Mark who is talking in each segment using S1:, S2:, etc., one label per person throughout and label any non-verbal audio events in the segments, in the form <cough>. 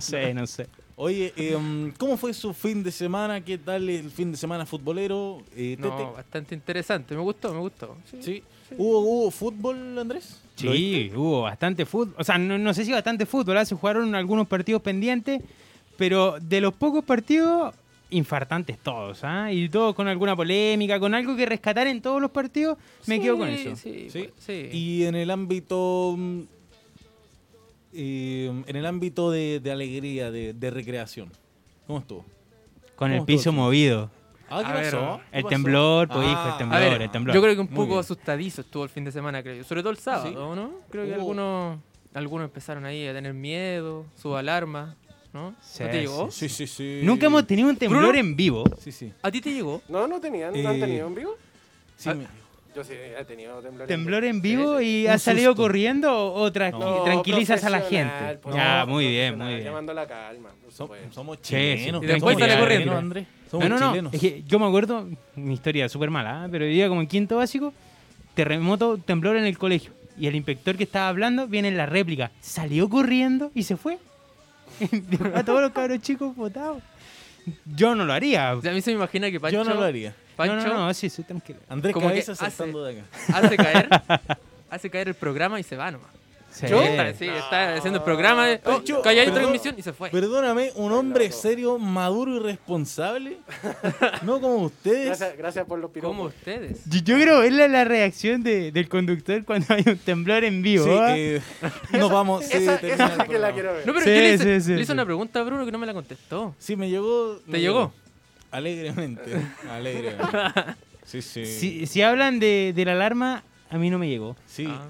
S1: sé, no sé.
S2: Oye, em, ¿cómo fue su fin de semana? ¿Qué tal el fin de semana futbolero? Eh,
S3: No,
S2: Tete.
S3: bastante interesante. Me gustó, me gustó. Sí.
S2: ¿Sí? ¿Hubo, hubo fútbol, Andrés? ¿Lo viste?
S1: Sí, hubo bastante fútbol. O sea, no, no sé si bastante fútbol, ¿verdad? se jugaron algunos partidos pendientes, pero de los pocos partidos, infartantes todos, ¿ah? Y todos con alguna polémica, con algo que rescatar en todos los partidos, me quedo con eso.
S3: Sí,
S2: ¿Sí?
S3: pues, sí.
S2: Y en el ámbito. mm, eh, en el ámbito de, de alegría, de, de recreación. ¿Cómo estuvo?
S1: Con el
S2: ¿Cómo estuvo
S1: piso
S2: eso?
S1: movido.
S2: Ah,
S3: A ver, ¿no?
S2: ¿Qué
S1: El
S2: pasó?
S1: temblor, pues hijo,
S2: Ah.
S1: el temblor,
S3: A ver,
S1: el temblor.
S3: yo creo que un
S2: Muy
S3: poco
S2: bien.
S3: asustadizo estuvo el fin de semana, creo yo. Sobre todo el sábado, ¿no? Creo que
S2: Hubo-
S3: algunos, algunos empezaron ahí a tener miedo, sus alarmas, ¿no?
S1: Sí,
S3: ¿No te llegó?
S2: Sí, sí, sí.
S1: Nunca hemos tenido un temblor
S3: Bruno.
S1: en vivo.
S2: Sí, sí.
S3: ¿A ti te llegó?
S4: No, no tenían, no han
S2: Eh,
S4: tenido en vivo.
S2: Sí,
S3: Ah,
S2: me-
S4: Yo sí he tenido temblor.
S1: Temblor en vivo y
S2: Un
S1: has salido
S2: susto.
S1: corriendo o o tra-
S2: No,
S1: y tranquilizas a la
S4: profesional,
S1: gente.
S4: por
S1: ya,
S4: favor,
S1: muy bien,
S4: profesional,
S1: muy bien.
S4: Llamando la calma. por
S2: som-
S4: supuelos.
S2: somos
S1: Sí, sí.
S2: chilenos.
S1: Y
S3: después
S2: somos
S3: sale corriendo.
S2: chilenos, Andrés. Somos
S1: No, no, no.
S2: chilenos.
S1: Es que yo me acuerdo, mi historia es súper mala, ¿ah? pero yo iba como en quinto básico, terremoto, temblor en el colegio. Y el inspector que estaba hablando viene en la réplica. Salió corriendo y se fue. <laughs> Dejó a todos los cabros chicos botados. Yo no lo haría.
S3: O sea, a mí se me imagina que Pancho,
S2: Yo no lo haría.
S3: Pancho
S1: No, no, no, sí, sí, tranquilo.
S2: Andrés
S3: como que
S2: Cabeza
S3: hace-
S2: saltando de acá. <laughs>
S3: hace caer hace caer el programa y se va nomás.
S1: Sí.
S3: Sí, está, ah, sí, está haciendo el programa, de, oh,
S2: Pancho,
S3: calla hay
S2: perdón.
S3: transmisión y se fue.
S2: Perdóname, un hombre
S4: loco.
S2: serio, maduro y
S4: <laughs>
S2: responsable. no como ustedes.
S4: Gracias, gracias por los
S3: Como
S4: piropos.
S3: ustedes.
S1: Yo, yo quiero ver la, la reacción de- del conductor cuando hay un temblor en vivo.
S2: Sí,
S1: ¿ah?
S2: eh, <laughs> nos vamos. sí,
S4: Esa,
S2: termina el
S4: esa sí que la
S2: programa.
S4: quiero ver.
S3: No, pero
S1: Sí,
S3: yo le hice,
S1: sí, sí,
S3: le hice
S1: sí.
S3: una pregunta a Bruno que no me la contestó.
S2: Sí, me llegó.
S3: ¿Te
S2: me
S3: llegó?
S2: Alegremente.
S3: <laughs>
S2: Alegremente. Sí, sí.
S1: Si, si hablan de, de la alarma, a mí no me llegó.
S2: Sí.
S3: Ah,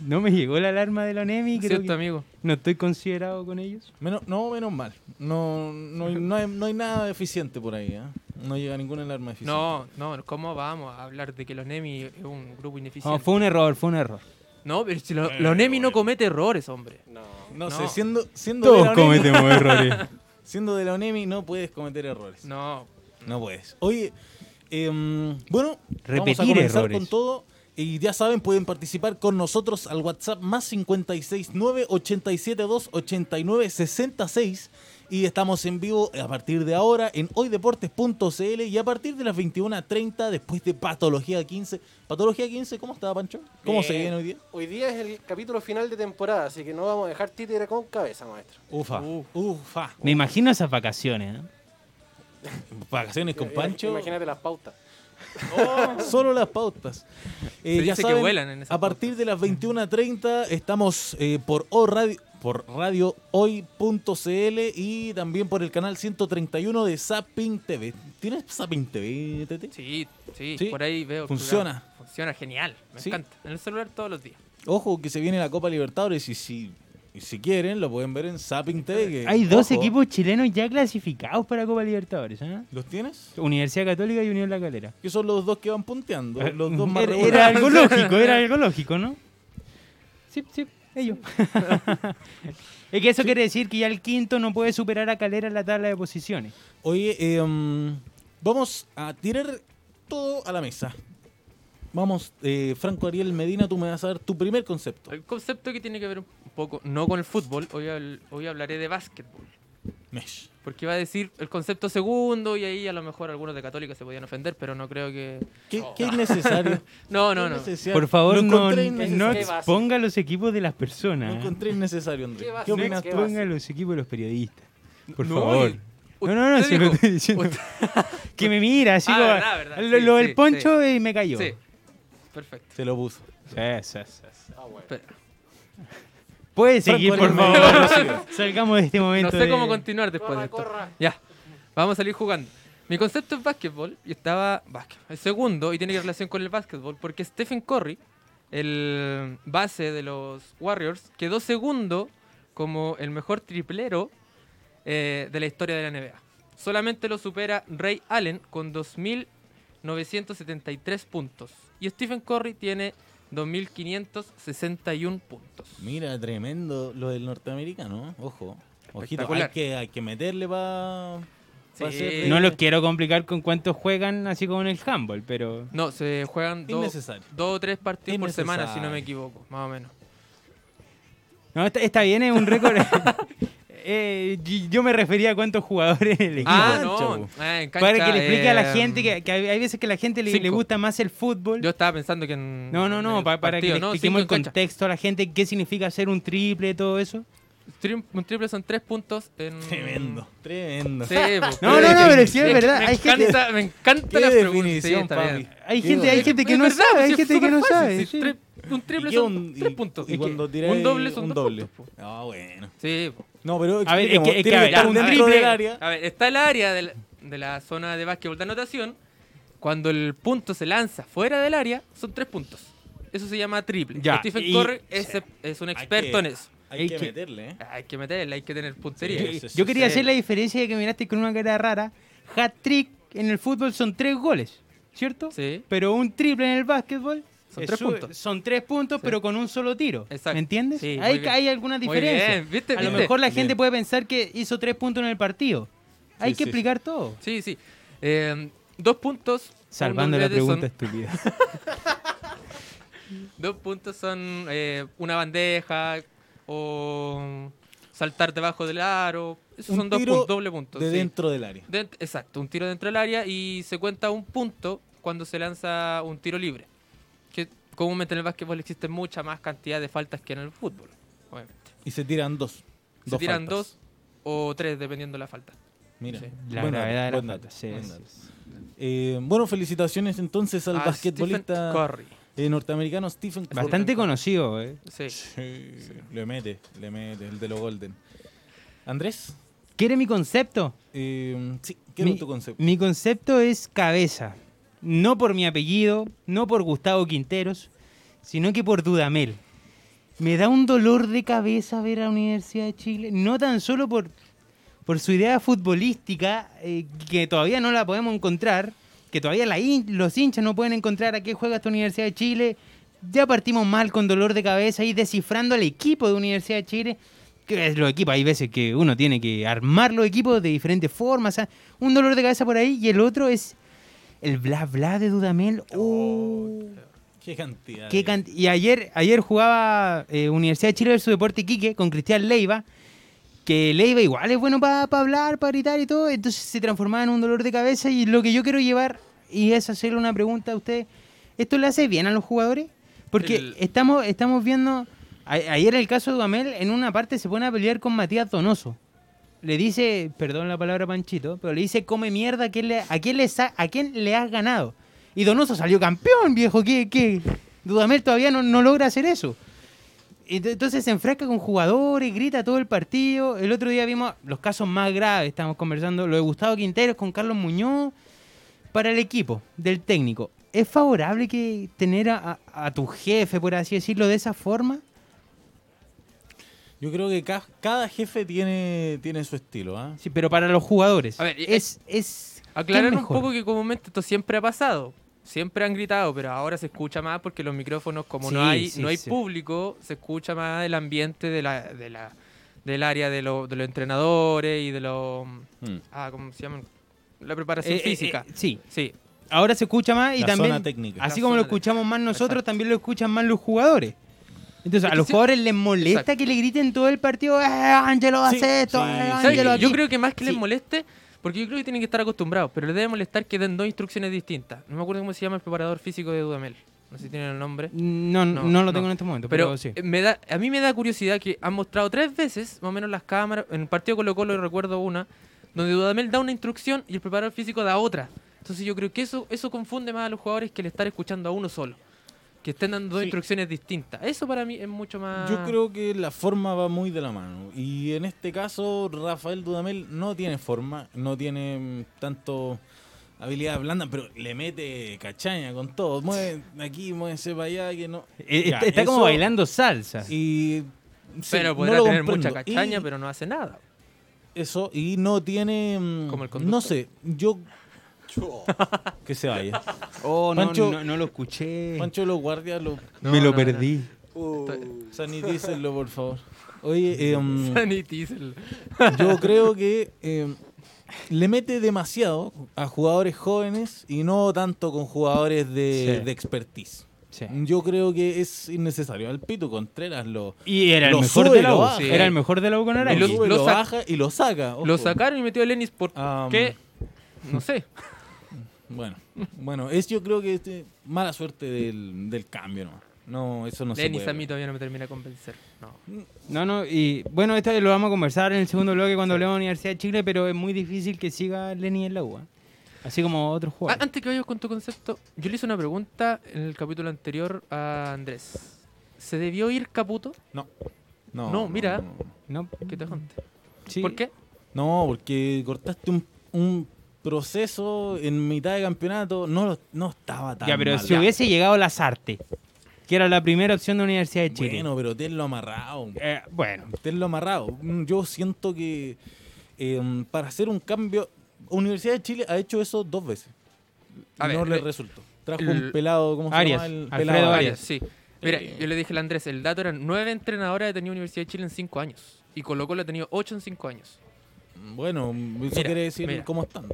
S1: No me llegó la alarma de la ONEMI. Creo
S3: cierto,
S1: que
S3: amigo.
S1: no estoy considerado con ellos.
S2: Menos, no, menos mal. No, no, hay- no hay, no hay nada eficiente por ahí. ¿ah? No llega ninguna alarma eficiente.
S3: No, no, ¿cómo vamos a hablar de que los Nemi es un grupo
S1: No,
S3: ineficiente?
S1: Ah, fue un error, fue un error.
S3: No, pero si lo- los Nemi no comete errores, hombre.
S4: No.
S2: No,
S3: No.
S2: sé, siendo, siendo, de la UNEMI,
S1: errores.
S2: siendo de la UNEMI no puedes cometer errores. No,
S3: No,
S2: puedes. Oye, em, bueno, vamos a
S1: Repetir
S2: comenzar
S1: errores.
S2: con todo. Y ya saben, pueden participar con nosotros al WhatsApp más 569-872-8966. Y estamos en vivo a partir de ahora en hoydeportes.cl y a partir de las 21.30 después de Patología 15. Patología 15, ¿cómo está, Pancho? ¿Cómo se
S4: Bien.
S2: viene hoy día?
S4: Hoy día es el capítulo final de temporada, así que no vamos a dejar títere con cabeza, maestro.
S2: Ufa.
S3: Uf.
S2: Ufa.
S1: <laughs> Me imagino esas vacaciones. ¿no?
S2: Vacaciones con
S4: Ima-
S2: Pancho.
S4: Eh, Imagínate las pautas.
S2: Solo las pautas. Eh,
S3: Se dice que vuelan en esas
S2: a partir de las 21.30 estamos eh, por O Radio por radiohoy.cl y también por el canal 131 de Zapping TV. ¿Tienes Zapping TV, Tete?
S3: sí, sí,
S2: Sí,
S3: por ahí veo. el
S2: funciona.
S3: programa. Funciona genial, me
S2: Sí.
S3: encanta. En el celular todos los días.
S2: Ojo que se viene la Copa Libertadores y si, y si quieren lo pueden ver en Zapping TV. que-
S1: Hay dos
S2: ojo,
S1: equipos chilenos ya clasificados para Copa Libertadores. ¿eh?
S2: ¿Los tienes?
S1: Universidad Católica y Unión La Calera.
S2: Que son los dos que van punteando. Los dos más
S1: Eh, era,
S2: regulares.
S1: era
S2: <laughs>
S1: algo lógico, era algo lógico, ¿no? Sí, sí,
S2: <laughs>
S1: ellos. es que eso quiere decir que ya el quinto no puede superar a Calera en la tabla de posiciones.
S2: Oye, eh, mm, vamos a tirar todo a la mesa. Vamos, eh, Franco Ariel Medina, tú me vas a dar tu primer concepto.
S3: El concepto que tiene que ver un poco, no con el fútbol, hoy, habl- hoy hablaré de básquetbol.
S2: Mesh.
S3: Porque iba a decir el concepto segundo y ahí a lo mejor algunos de Católica se podían ofender, pero no creo que...
S2: ¿Qué, qué es necesario?
S3: Oh. <laughs> No, no, no.
S1: Por favor, no, no
S2: No,
S4: ¿Qué base?
S1: exponga los equipos de las personas.
S2: no
S1: ¿eh?
S2: encontré innecesario, Andrés.
S4: ¿Qué base?
S2: ¿Qué opinas
S4: ¿Qué
S2: tú?
S4: base?
S1: Pongan los equipos de los periodistas. Por
S3: No,
S1: favor.
S3: y-
S1: No, no, no,
S3: usted
S1: si lo
S3: dijo-
S1: estoy diciendo.
S3: usted-
S1: <laughs> Que me mira, así
S3: Ah,
S1: como-
S3: verdad, verdad,
S1: Lo,
S3: sí,
S1: lo
S3: sí,
S1: del poncho y me cayó.
S3: Sí, perfecto.
S2: Se lo puso.
S1: Sí, sí, sí.
S4: Ah, bueno.
S3: Espera.
S1: Puede
S2: Franco,
S1: seguir, por
S2: el-
S1: favor. Salgamos de este momento.
S3: No sé
S1: de-
S3: cómo continuar después de
S4: Corra,
S3: esto.
S4: corra.
S3: Ya, vamos a salir jugando. Mi concepto es básquetbol y estaba básquetbol. El segundo y tiene relación con el básquetbol porque Stephen Curry, el base de los Warriors, quedó segundo como el mejor triplero eh, de la historia de la NBA. Solamente lo supera Ray Allen con 2.973 puntos. Y Stephen Curry tiene 2.561 puntos.
S2: Mira, tremendo lo del norteamericano. Ojo. Ojito, hay
S3: Espectacular.
S2: que, hay que meterle para...
S3: Sí.
S1: No los quiero complicar con cuántos juegan, así como en el handball, pero.
S3: No, se juegan dos
S2: Innecesario.
S3: dos o tres partidos por semana, si no
S2: Innecesario.
S3: me equivoco, más o menos. <laughs>
S1: No, está, está bien, es un récord. eh, y- yo me refería a cuántos jugadores en el equipo.
S3: Ah,
S2: chavo.
S3: no. Ah, en cancha,
S1: Para que le explique a la
S3: eh,
S1: gente que, que hay hay veces que a la gente le, le
S3: cinco.
S1: gusta más el fútbol.
S3: Yo estaba pensando que en.
S1: no, no,
S3: en
S1: no,
S3: el
S1: pa- para
S3: partido,
S1: que le
S3: ¿no?
S1: expliquemos el
S3: Cinco en cancha.
S1: contexto a la gente, qué significa hacer un triple, todo eso.
S3: Tri- Un triple son tres puntos en.
S2: Tremendo, tremendo. <laughs>
S3: Sí, po.
S1: No, no, no, pero sí es
S3: Me-
S1: verdad,
S3: Me
S1: hay gente-
S3: encanta, me encanta
S2: Qué
S3: la pregunta.
S2: definición,
S3: sí, está
S2: papi.
S3: bien.
S1: Hay
S2: Qué
S1: gente, hay
S2: bueno.
S1: gente que
S3: Es
S1: no
S3: verdad,
S1: sabe, hay
S3: sí, es
S1: gente que no
S3: superfácil,
S1: sabe.
S3: sí,
S1: sí.
S3: tre- Un triple
S2: Y
S3: son
S2: un- y-
S3: tres puntos.
S2: Y,
S3: Es que
S2: cuando tiráis
S3: un doble son dos
S2: doble.
S3: puntos, po.
S2: Ah, bueno.
S3: Sí, po.
S2: No, pero
S1: A ver, es que- es que,
S2: tiene
S1: a ver,
S2: estar
S1: un
S2: dentro
S1: triple-
S2: del área.
S3: A ver, está el área de la, de la zona de básquetbol de anotación. Cuando el punto se lanza fuera del área, son tres puntos. Eso se llama triple.
S1: Ya,
S3: Stephen
S1: y-
S3: Curry es, e- es un experto
S2: que-
S3: en eso.
S1: hay
S2: Hay que
S1: que-
S2: meterle, ¿eh?
S3: Hay que meterle, hay que tener puntería.
S2: Sí,
S1: Yo, yo quería
S3: sí.
S1: hacer la diferencia de que miraste con una cara rara. Hat trick en el fútbol son tres goles, ¿cierto?
S3: Sí.
S1: Pero un triple en el básquetbol
S3: Son
S1: es
S3: tres
S1: su-
S3: puntos.
S1: Son tres puntos, pero con un solo tiro.
S3: Exacto.
S1: ¿Me entiendes?
S3: Sí, muy
S1: hay,
S3: bien.
S1: hay alguna
S3: Muy
S1: diferencia.
S3: bien, ¿viste?
S1: A lo
S3: ¿viste?
S1: mejor la gente
S2: Bien.
S1: puede pensar que hizo tres puntos en el partido. Hay
S2: Sí,
S1: que
S2: sí,
S1: explicar todo.
S3: Sí, sí. Eh, dos puntos. un
S1: Salvando la
S3: doblete son-
S1: pregunta estúpida.
S3: <laughs> Dos puntos son eh, una bandeja o saltar debajo del aro. Esos
S2: Un
S3: son dos
S2: tiro
S3: puntos, doble punto.
S2: De
S3: sí.
S2: dentro del área.
S3: Dent- exacto, un tiro dentro del área y se cuenta un punto cuando se lanza un tiro libre. Que comúnmente en el básquetbol existe mucha más cantidad de faltas que en el fútbol. obviamente.
S2: Y se tiran dos.
S3: Se
S2: Dos
S3: tiran
S2: faltas.
S3: dos o tres dependiendo de la falta.
S2: Mira,
S3: Sí.
S1: La
S2: buen dato,
S1: gravedad de la
S2: buen dato,
S1: falta, sí,
S2: buen
S1: sí,
S2: dato. Eh, bueno, felicitaciones entonces al
S3: A Ah, Stephen
S2: basquetbolista
S3: Curry.
S2: eh, norteamericano Stephen Curry.
S1: Bastante conocido, eh.
S3: Sí.
S2: Sí, le mete, le mete, el de los Golden. Andrés,
S1: ¿Quiere mi concepto?
S2: eh, sí, quiero
S1: mi,
S2: tu concepto.
S1: mi concepto es cabeza. No por mi apellido, no por Gustavo Quinteros, sino que por Dudamel. Me da un dolor de cabeza ver a la Universidad de Chile, no tan solo por, por su idea futbolística, eh, que todavía no la podemos encontrar, que todavía la hin- los hinchas no pueden encontrar a qué juega esta Universidad de Chile. Ya partimos mal con dolor de cabeza y descifrando al equipo de Universidad de Chile, que es los equipos, hay veces que uno tiene que armar los equipos de diferentes formas, o sea, un dolor de cabeza por ahí y el otro es el bla bla de Dudamel. Oh.
S2: Qué cantidad.
S1: Qué
S2: de-
S1: can- Y ayer, ayer jugaba eh, Universidad de Chile versus Deporte Quique con Cristian Leiva, que Leiva igual es bueno para hablar, para gritar y todo, entonces se transformaba en un dolor de cabeza y lo que yo quiero llevar y es hacerle una pregunta a usted, ¿esto le hace bien a los jugadores? Porque
S3: El-
S1: estamos, estamos viendo, a- ayer el caso de Duhamel, en una parte se pone a pelear con Matías Donoso. Le dice, perdón la palabra Panchito, pero le dice come mierda a quién le, a quién le, sa- a quién le has ganado. Y Donoso salió campeón, viejo. ¿Qué? qué? Dudamel todavía no, no logra hacer eso. Ent- Entonces se enfrasca con jugadores, grita todo el partido. El otro día vimos los casos más graves, estamos conversando, lo de Gustavo Quinteros con Carlos Muñoz. Para el equipo del técnico, ¿es favorable que tener a, a- a tu jefe, por así decirlo, de esa forma?
S2: Yo creo que ca- cada jefe tiene, tiene su estilo. ¿ah?
S1: Sí, pero para los jugadores.
S3: A ver, y- eh,
S1: es, es,
S3: Aclarar
S1: ¿qué
S3: un
S1: mejor?
S3: poco que comúnmente esto siempre ha pasado. Siempre han gritado, pero ahora se escucha más porque los micrófonos, como no
S1: Sí,
S3: hay,
S1: sí,
S3: no hay
S1: sí.
S3: público, se escucha más el ambiente de la, de la, del área de, lo- de los entrenadores y de los...
S1: Hmm.
S2: Mm.
S3: Ah, ¿cómo se llaman? La preparación
S1: Eh, eh,
S3: física.
S1: eh, sí,
S3: Sí,
S1: ahora se escucha más y
S2: La
S1: también
S2: zona técnica.
S1: así
S3: La
S1: como lo
S3: zona técnica.
S1: escuchamos más nosotros
S3: Exacto.
S1: también lo escuchan más los jugadores entonces a
S3: que
S1: los
S3: sí-
S1: jugadores les molesta
S3: Exacto.
S1: que le griten todo el partido "Eh, Ángelo
S2: Sí,
S1: hace esto
S2: sí,
S1: eh,
S2: sí.
S1: Ángelo
S3: ¿Sabes qué?
S1: aquí".
S3: Yo creo que más que les
S1: Sí.
S3: moleste, porque yo creo que tienen que estar acostumbrados, pero les debe molestar que den dos instrucciones distintas. No me acuerdo cómo se llama el preparador físico de Dudamel. No sé si tienen el nombre.
S1: no, no,
S3: No,
S1: no lo
S3: no.
S1: tengo en este momento pero,
S3: Pero
S1: sí
S3: eh, me da, a mí me da curiosidad que han mostrado tres veces, más o menos las cámaras, en el partido Colo Colo recuerdo una, donde Dudamel da una instrucción y el preparador físico da otra. Entonces yo creo que eso, eso confunde más a los jugadores que el estar escuchando a uno solo. Que estén dando dos
S2: Sí.
S3: instrucciones distintas. Eso para mí es mucho más...
S2: Yo creo que la forma va muy de la mano. Y en este caso, Rafael Dudamel no tiene forma, no tiene mm, tanto habilidad blanda, pero le mete cachaña con todo. Mueve aquí, muévese para allá, que no.
S1: Eh,
S2: Ya,
S1: está, está como
S2: eso-
S1: bailando salsa
S2: Y. sí,
S3: Pero
S2: no
S3: podrá
S2: lo
S3: tener
S2: comprendo.
S3: mucha cachaña,
S2: Y
S3: pero no hace nada.
S2: Eso, y no tiene. mm,
S3: Como el conductor.
S2: no sé, yo.
S4: Chua.
S2: <laughs> Que se vaya.
S1: oh
S2: no, Pancho-
S1: lo escuché
S2: Pancho, los guardias, los
S3: Me lo perdí.
S2: Oh.
S4: Uh.
S3: <laughs>
S2: sanitícenlo, por favor. Oye, eh, mm,
S3: Sanitícelo.
S2: Yo creo que eh, le mete demasiado a jugadores jóvenes y no tanto con jugadores de,
S1: Sí.
S2: de expertise.
S1: Sí.
S2: Yo creo que es innecesario. Al Pito Contreras lo,
S1: Y era el
S2: Lo
S1: mejor
S2: sube
S1: de
S2: y
S1: la
S2: lo
S1: U.
S2: baja.
S1: Era el mejor de la U con
S2: lo,
S1: Arangui.
S3: lo-
S2: sube,
S3: lo
S2: lo
S3: saca-
S2: baja y lo saca. ojo. Um,
S3: Lo sacaron y metió a Lenis porque.
S2: Am.
S3: No sé.
S2: Bueno, bueno, es yo creo que este, mala suerte del, del cambio nomás. No, eso <laughs> no se
S3: Lenis
S2: puede.
S3: a mí todavía no me termina de convencer. No.
S1: No, no, y bueno, esto lo vamos a conversar en el segundo bloque cuando hablemos de Universidad de Chile, pero es muy difícil que siga Lenny en la U. ¿eh? Así como otros
S3: Ah,
S1: jugadores.
S3: antes que vayas con tu concepto, yo le hice una pregunta en el capítulo anterior a Andrés. ¿Se debió ir Caputo?
S2: No,
S3: No, mira.
S2: No,
S1: No,
S3: ¿Qué tajante?
S1: sí.
S3: ah. ¿Por qué?
S2: No, porque cortaste un, un proceso en mitad de campeonato. No, lo- no estaba tan
S1: Ya, pero
S2: mal.
S1: si hubiese llegado Lazarte, que era la primera opción de Universidad de Chile.
S2: Bueno, pero tenlo amarrado.
S1: Eh, bueno.
S2: Tenlo amarrado. Mm, Yo siento que eh, para hacer un cambio... Universidad de Chile ha hecho eso dos veces.
S3: A
S2: no
S3: ver,
S2: le
S3: eh,
S2: resultó. Trajo
S3: el-
S2: un pelado, ¿cómo
S1: Arias,
S2: se llama? El
S1: Alfredo
S2: pelado
S1: Arias.
S3: Sí. Mira,
S2: Eh.
S3: yo le dije al Andrés, el dato eran nueve entrenadores que tenía Universidad de Chile en cinco años. Y Colo Colo ha tenido ocho en cinco años.
S2: Bueno, eso
S3: Mira,
S2: quiere decir
S3: mira.
S2: cómo están.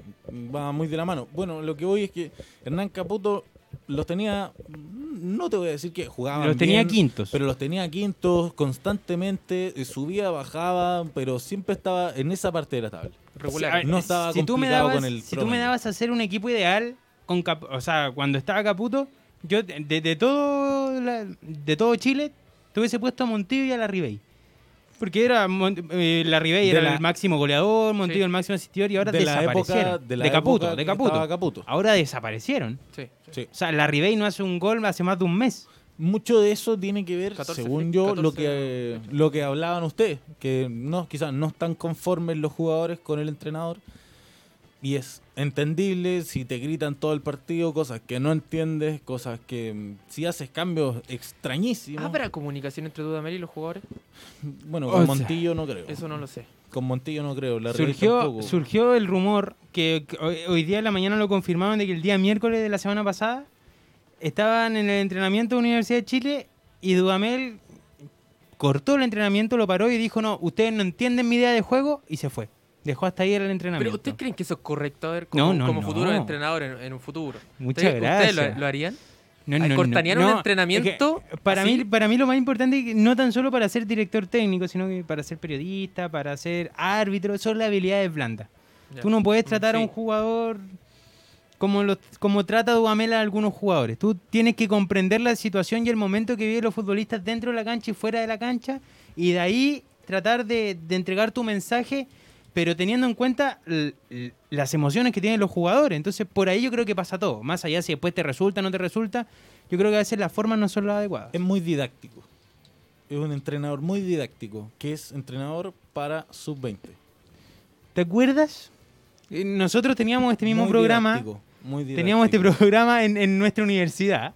S2: Va muy de la mano. Bueno, lo que voy es que Hernán Caputo los tenía, mm, no te voy a decir que jugaban
S1: Los tenía
S2: bien,
S1: quintos.
S2: Pero los tenía quintos constantemente, eh, subía, bajaba, pero siempre estaba en esa parte de la tabla.
S3: Regular.
S1: Sí, a ver,
S2: No estaba
S1: si tú me
S2: complicado
S1: dabas,
S2: con el
S1: Si tú me
S2: promedio.
S1: dabas a hacer un equipo ideal, con Cap- o sea, cuando estaba Caputo, yo de, de- de todo, la- de todo Chile, te hubiese puesto a Montillo y a la Ribey. Porque era Mon- eh, la Ribey
S2: De
S1: era
S2: la-
S1: el máximo goleador, Montillo
S3: Sí.
S1: el máximo asistidor y ahora desaparecieron. de,
S2: la
S1: Caputo,
S2: época
S1: de
S2: que
S1: Caputo.
S2: estaba Caputo.
S1: Ahora desaparecieron.
S3: Sí.
S2: Sí.
S1: O sea, la Ribey no hace un gol hace más de un mes.
S2: Mucho de eso tiene que ver,
S3: 14,
S2: según yo, lo
S3: 14,
S2: que lo que hablaban ustedes, que no quizás no están conformes los jugadores con el entrenador. Y es entendible si te gritan todo el partido, cosas que no entiendes, cosas que mm, si haces cambios extrañísimos.
S1: Ah,
S3: ¿Habrá comunicación entre Dudamel y los jugadores?
S2: Bueno,
S1: O
S2: con
S1: sea,
S2: Montillo no creo.
S3: Eso no lo sé.
S2: Con Montillo no creo. La Rey
S1: Surgió,
S2: tampoco.
S1: surgió el rumor que que hoy- hoy día en la mañana lo confirmaban de que el día miércoles de la semana pasada estaban en el entrenamiento de Universidad de Chile y Dudamel cortó el entrenamiento, lo paró y dijo, no, ustedes no entienden mi idea de juego y se fue. Dejó hasta ahí el
S3: ¿Pero
S1: entrenamiento.
S3: ustedes creen que eso es correcto? A ver, como,
S1: No, no,
S3: como
S1: no.
S3: futuro entrenador en, en un futuro.
S1: Muchas
S3: ¿Ustedes- ¿Ustedes
S1: gracias.
S3: lo, lo harían?
S1: No,
S3: Ay, cortanear un
S1: es que
S3: entrenamiento
S1: para,
S3: así.
S1: mí, para mí lo más importante es que no tan solo para ser director técnico, sino que para ser periodista, para ser árbitro, son las habilidades blandas.
S3: Ya. Mm,
S1: Tú no puedes tratar a
S3: Sí.
S1: un jugador como, los- como trata Dudamel a algunos jugadores. Tú tienes que comprender la situación y el momento que viven los futbolistas dentro de la cancha y fuera de la cancha, y de ahí tratar de, de entregar tu mensaje, pero teniendo en cuenta l- l- las emociones que tienen los jugadores. Entonces, por ahí yo creo que pasa todo. Más allá si después te resulta o no te resulta, yo creo que a veces las formas no son las adecuadas.
S2: Es muy didáctico. Es un entrenador muy didáctico, que es entrenador para sub-20.
S1: ¿Te acuerdas? Eh, Nosotros teníamos este mismo
S2: Muy
S1: programa.
S2: didáctico, muy
S1: Teníamos este
S2: didáctico.
S1: programa en, en nuestra universidad.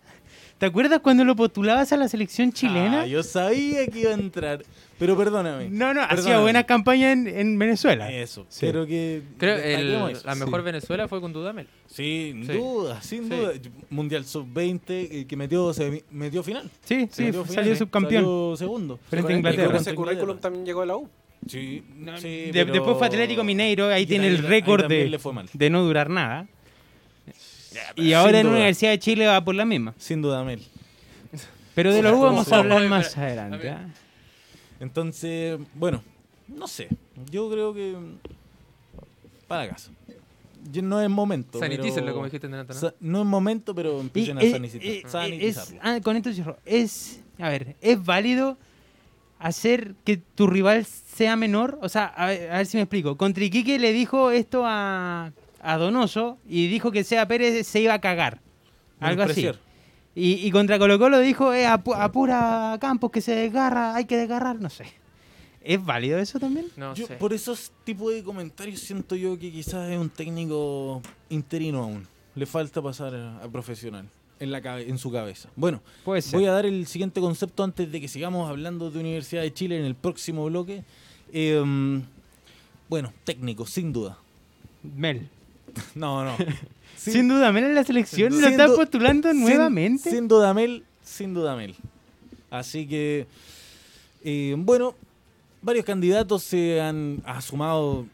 S1: ¿Te acuerdas cuando lo postulabas a la selección chilena?
S2: Ah, yo sabía que iba a entrar. Pero perdóname.
S1: No, no, hacía
S2: perdóname.
S1: buena campaña en, en Venezuela.
S2: Eso.
S1: Sí.
S2: Pero que.
S3: Creo
S2: destaquemos
S3: que
S2: eso.
S3: la mejor Venezuela fue con Dudamel.
S2: Sin
S3: Sí.
S2: duda, sin
S3: Sí.
S2: duda. Mundial Sub-20 eh, que metió, se, metió final.
S1: Sí, sí,
S2: Metió final,
S1: salió
S2: sí.
S1: subcampeón.
S2: Salió segundo.
S1: Frente
S2: Sí,
S1: a Inglaterra.
S4: Yo creo que
S2: contra
S4: este ese currículum
S2: Inglaterra.
S4: también llegó a la U.
S2: Sí, sí,
S1: De-
S2: pero-
S1: Después fue Atlético Mineiro, ahí
S2: Y
S1: tiene el
S2: también-
S1: récord
S2: ahí también
S1: de,
S2: le fue mal.
S1: de no durar nada. Y
S2: sin
S1: ahora en
S2: duda.
S1: Universidad de Chile va por la misma.
S2: Sin duda, Mel.
S1: Pero de la U vamos a hablar
S3: Oye,
S1: más
S3: pero-
S1: adelante.
S3: a ver.
S1: ¿ah?
S2: Entonces, bueno, no sé. Yo creo que. Para casa. Yo- No es momento.
S3: Sanitícenlo,
S2: pero-
S3: como dijiste en Antonio.
S2: Sa- No es momento, pero
S1: Y,
S2: empiecen a
S1: eh,
S2: sanitizar-
S1: eh, es,
S2: sanitizarlo.
S1: ah, con esto cierro. Es, a ver, ¿es válido hacer que tu rival sea menor? O sea, a ver, a ver si me explico. Contra Iquique le dijo esto a, a Donoso y dijo que Sea Pérez se iba a cagar. Algo así.
S2: Menospreciar.
S1: Y, y contra Colo Colo dijo, eh, apu- apura Campos que se desgarra, hay que desgarrar, no sé. ¿Es válido eso también?
S3: No
S2: Yo
S3: sé.
S2: por esos tipos de comentarios siento yo que quizás es un técnico interino aún. Le falta pasar a, a profesional en, la cabe- en su cabeza. Bueno,
S1: Puede ser.
S2: voy a dar el siguiente concepto antes de que sigamos hablando de Universidad de Chile en el próximo bloque. Eh, bueno, técnico, sin duda.
S1: Mel.
S2: No, no.
S1: Sin, duda, Mel en la selección
S2: Sin
S1: lo está
S2: du-
S1: postulando
S2: Sin-
S1: nuevamente.
S2: Sin Dudamel, sin Dudamel. Así que, eh, bueno, varios candidatos se han ha sumado.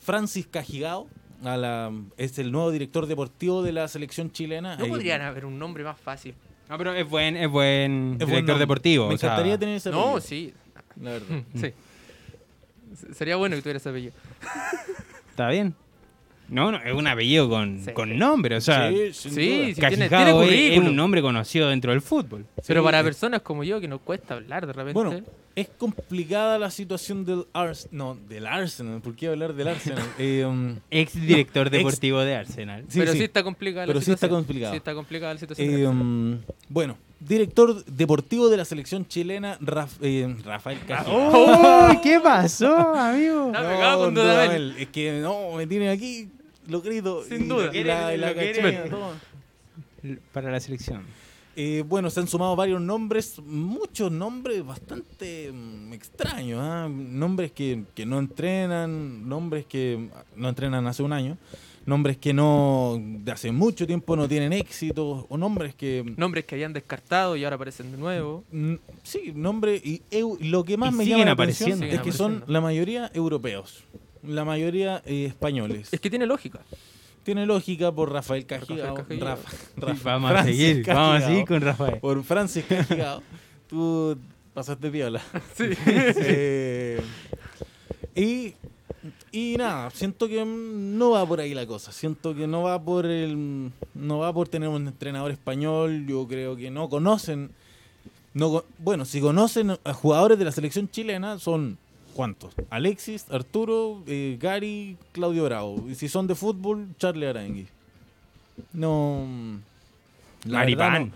S2: Francis Cajigao a la- es el nuevo director deportivo de la selección chilena.
S3: ¿No
S2: Ahí-
S3: podrían haber un nombre más fácil?
S1: No, pero es buen, es buen
S2: Es buen
S1: director
S2: nombre.
S1: deportivo.
S2: Me
S1: o sea, Mm.
S2: encantaría tener ese
S3: No,
S2: apellido,
S3: sí,
S2: La verdad.
S3: sí. Se- Sería bueno que tuviera ese apellido.
S1: Está bien. No, no, es un apellido con,
S3: Sí.
S1: con nombre, o sea.
S2: sí, sin duda.
S3: Sí, sí, tiene, tiene
S1: Cajicao es- es,
S3: currículum.
S1: un nombre conocido dentro del fútbol.
S3: Pero
S2: Sí,
S3: para
S2: es-
S3: personas como yo que nos cuesta hablar de repente.
S2: Bueno, es complicada la situación del Arsenal. No, del Arsenal. ¿Por qué hablar del
S3: <laughs>
S2: Arsenal? Eh, um,
S1: Ex director
S2: ex-
S1: deportivo de <laughs> Arsenal.
S2: sí,
S3: pero sí.
S2: sí.
S3: está complicada
S2: Pero
S3: la
S2: sí está
S3: situación.
S2: complicado.
S3: Sí está complicada la situación.
S2: Eh, um, bueno, director deportivo de la selección chilena, Raf- eh, Rafael
S3: Ah,
S2: Cajicao.
S1: ¡Oh! ¿Qué pasó, amigo?
S3: Está pegado con Dudamel.
S2: Es que no, me tienen aquí, lo grito.
S3: Sin
S2: y
S3: duda.
S2: La, la
S1: Lo quieren,
S2: cachina,
S1: lo quieren.
S2: todo.
S1: Para la selección.
S2: Eh, bueno, se han sumado varios nombres, muchos nombres bastante mm, extraños, ¿ah? nombres que, que no entrenan, nombres que no entrenan hace un año, nombres que no de hace mucho tiempo no tienen éxito, o nombres que...
S3: Nombres que habían descartado y ahora aparecen de nuevo.
S2: mm, Sí, nombres, y eu- lo que más
S1: Y
S2: me
S1: siguen
S2: llama la
S1: apareciendo.
S2: atención es
S3: Siguen
S2: que son
S3: apareciendo.
S2: la mayoría europeos, la mayoría eh, españoles.
S3: Es que tiene lógica.
S2: Tiene lógica por Rafael Cajigao.
S3: Rafael Cajigao.
S2: Rafa- Rafa-
S1: vamos a
S2: Francis
S1: seguir, vamos a
S2: Cajigao.
S1: seguir con Rafael.
S2: Por Francis Cajigao. Tú pasaste viola.
S3: Sí.
S2: y, y nada, siento que mm, no va por ahí la cosa. Siento que no va por el. No va por tener un entrenador español. Yo creo que no conocen. No, co- bueno, si conocen a jugadores de la selección chilena, son ¿cuántos? Alexis, Arturo, eh, Gary, Claudio Bravo. Y si son de fútbol, Charlie Arangui. No. la verdad no.
S1: Maripán.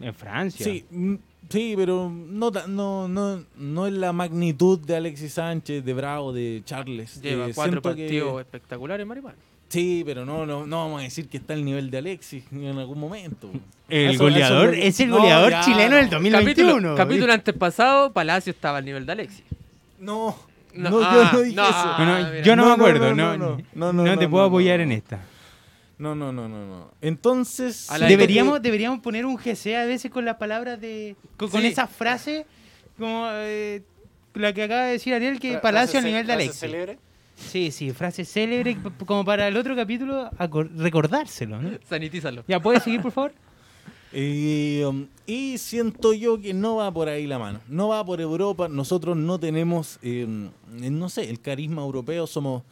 S1: En Francia.
S2: Sí, mm, sí, pero no, ta- no, no, no es la magnitud de Alexis Sánchez, de Bravo, de Charles.
S3: Lleva
S2: Eh,
S3: cuatro
S2: siento que-
S3: partidos espectaculares, Maripán.
S2: sí, pero no, no, no vamos a decir que está al nivel de Alexis en algún momento. <laughs>
S1: El
S2: Eso-
S1: goleador
S2: eso-
S1: es el
S2: no,
S1: goleador
S2: ya,
S1: chileno
S2: no.
S1: del 2021.
S3: Capítulo, capítulo antepasado, Palacio estaba al nivel de Alexis. <laughs>
S2: No,
S3: No,
S2: no,
S3: ah,
S2: yo no dije
S3: no.
S2: eso.
S1: No, no,
S3: mira.
S1: yo no,
S2: No,
S1: me
S2: no,
S1: acuerdo, no,
S2: no,
S1: no,
S2: no, no, no,
S1: te
S2: no,
S1: puedo
S2: no,
S1: apoyar
S2: no.
S1: en esta.
S2: No, no, no, no, no. Entonces,
S3: A la-
S1: Deberíamos, deberíamos poner un GC a veces con las palabras de. con, con
S3: Sí.
S1: esa frase, como eh, la que acaba de decir Ariel, que
S4: Fra-
S1: Palacio
S4: frase
S1: al nivel de
S4: ce- frase
S1: Alexis.
S4: célebre.
S1: Sí, sí, frase célebre p- p- como para el otro capítulo acor- recordárselo, ¿no?
S3: Sanitízalo.
S1: ¿Ya puedes seguir, por favor?
S2: Y, um, y siento yo que no va por ahí la mano. No va por Europa. Nosotros no tenemos, eh, no sé, el carisma europeo. Somos.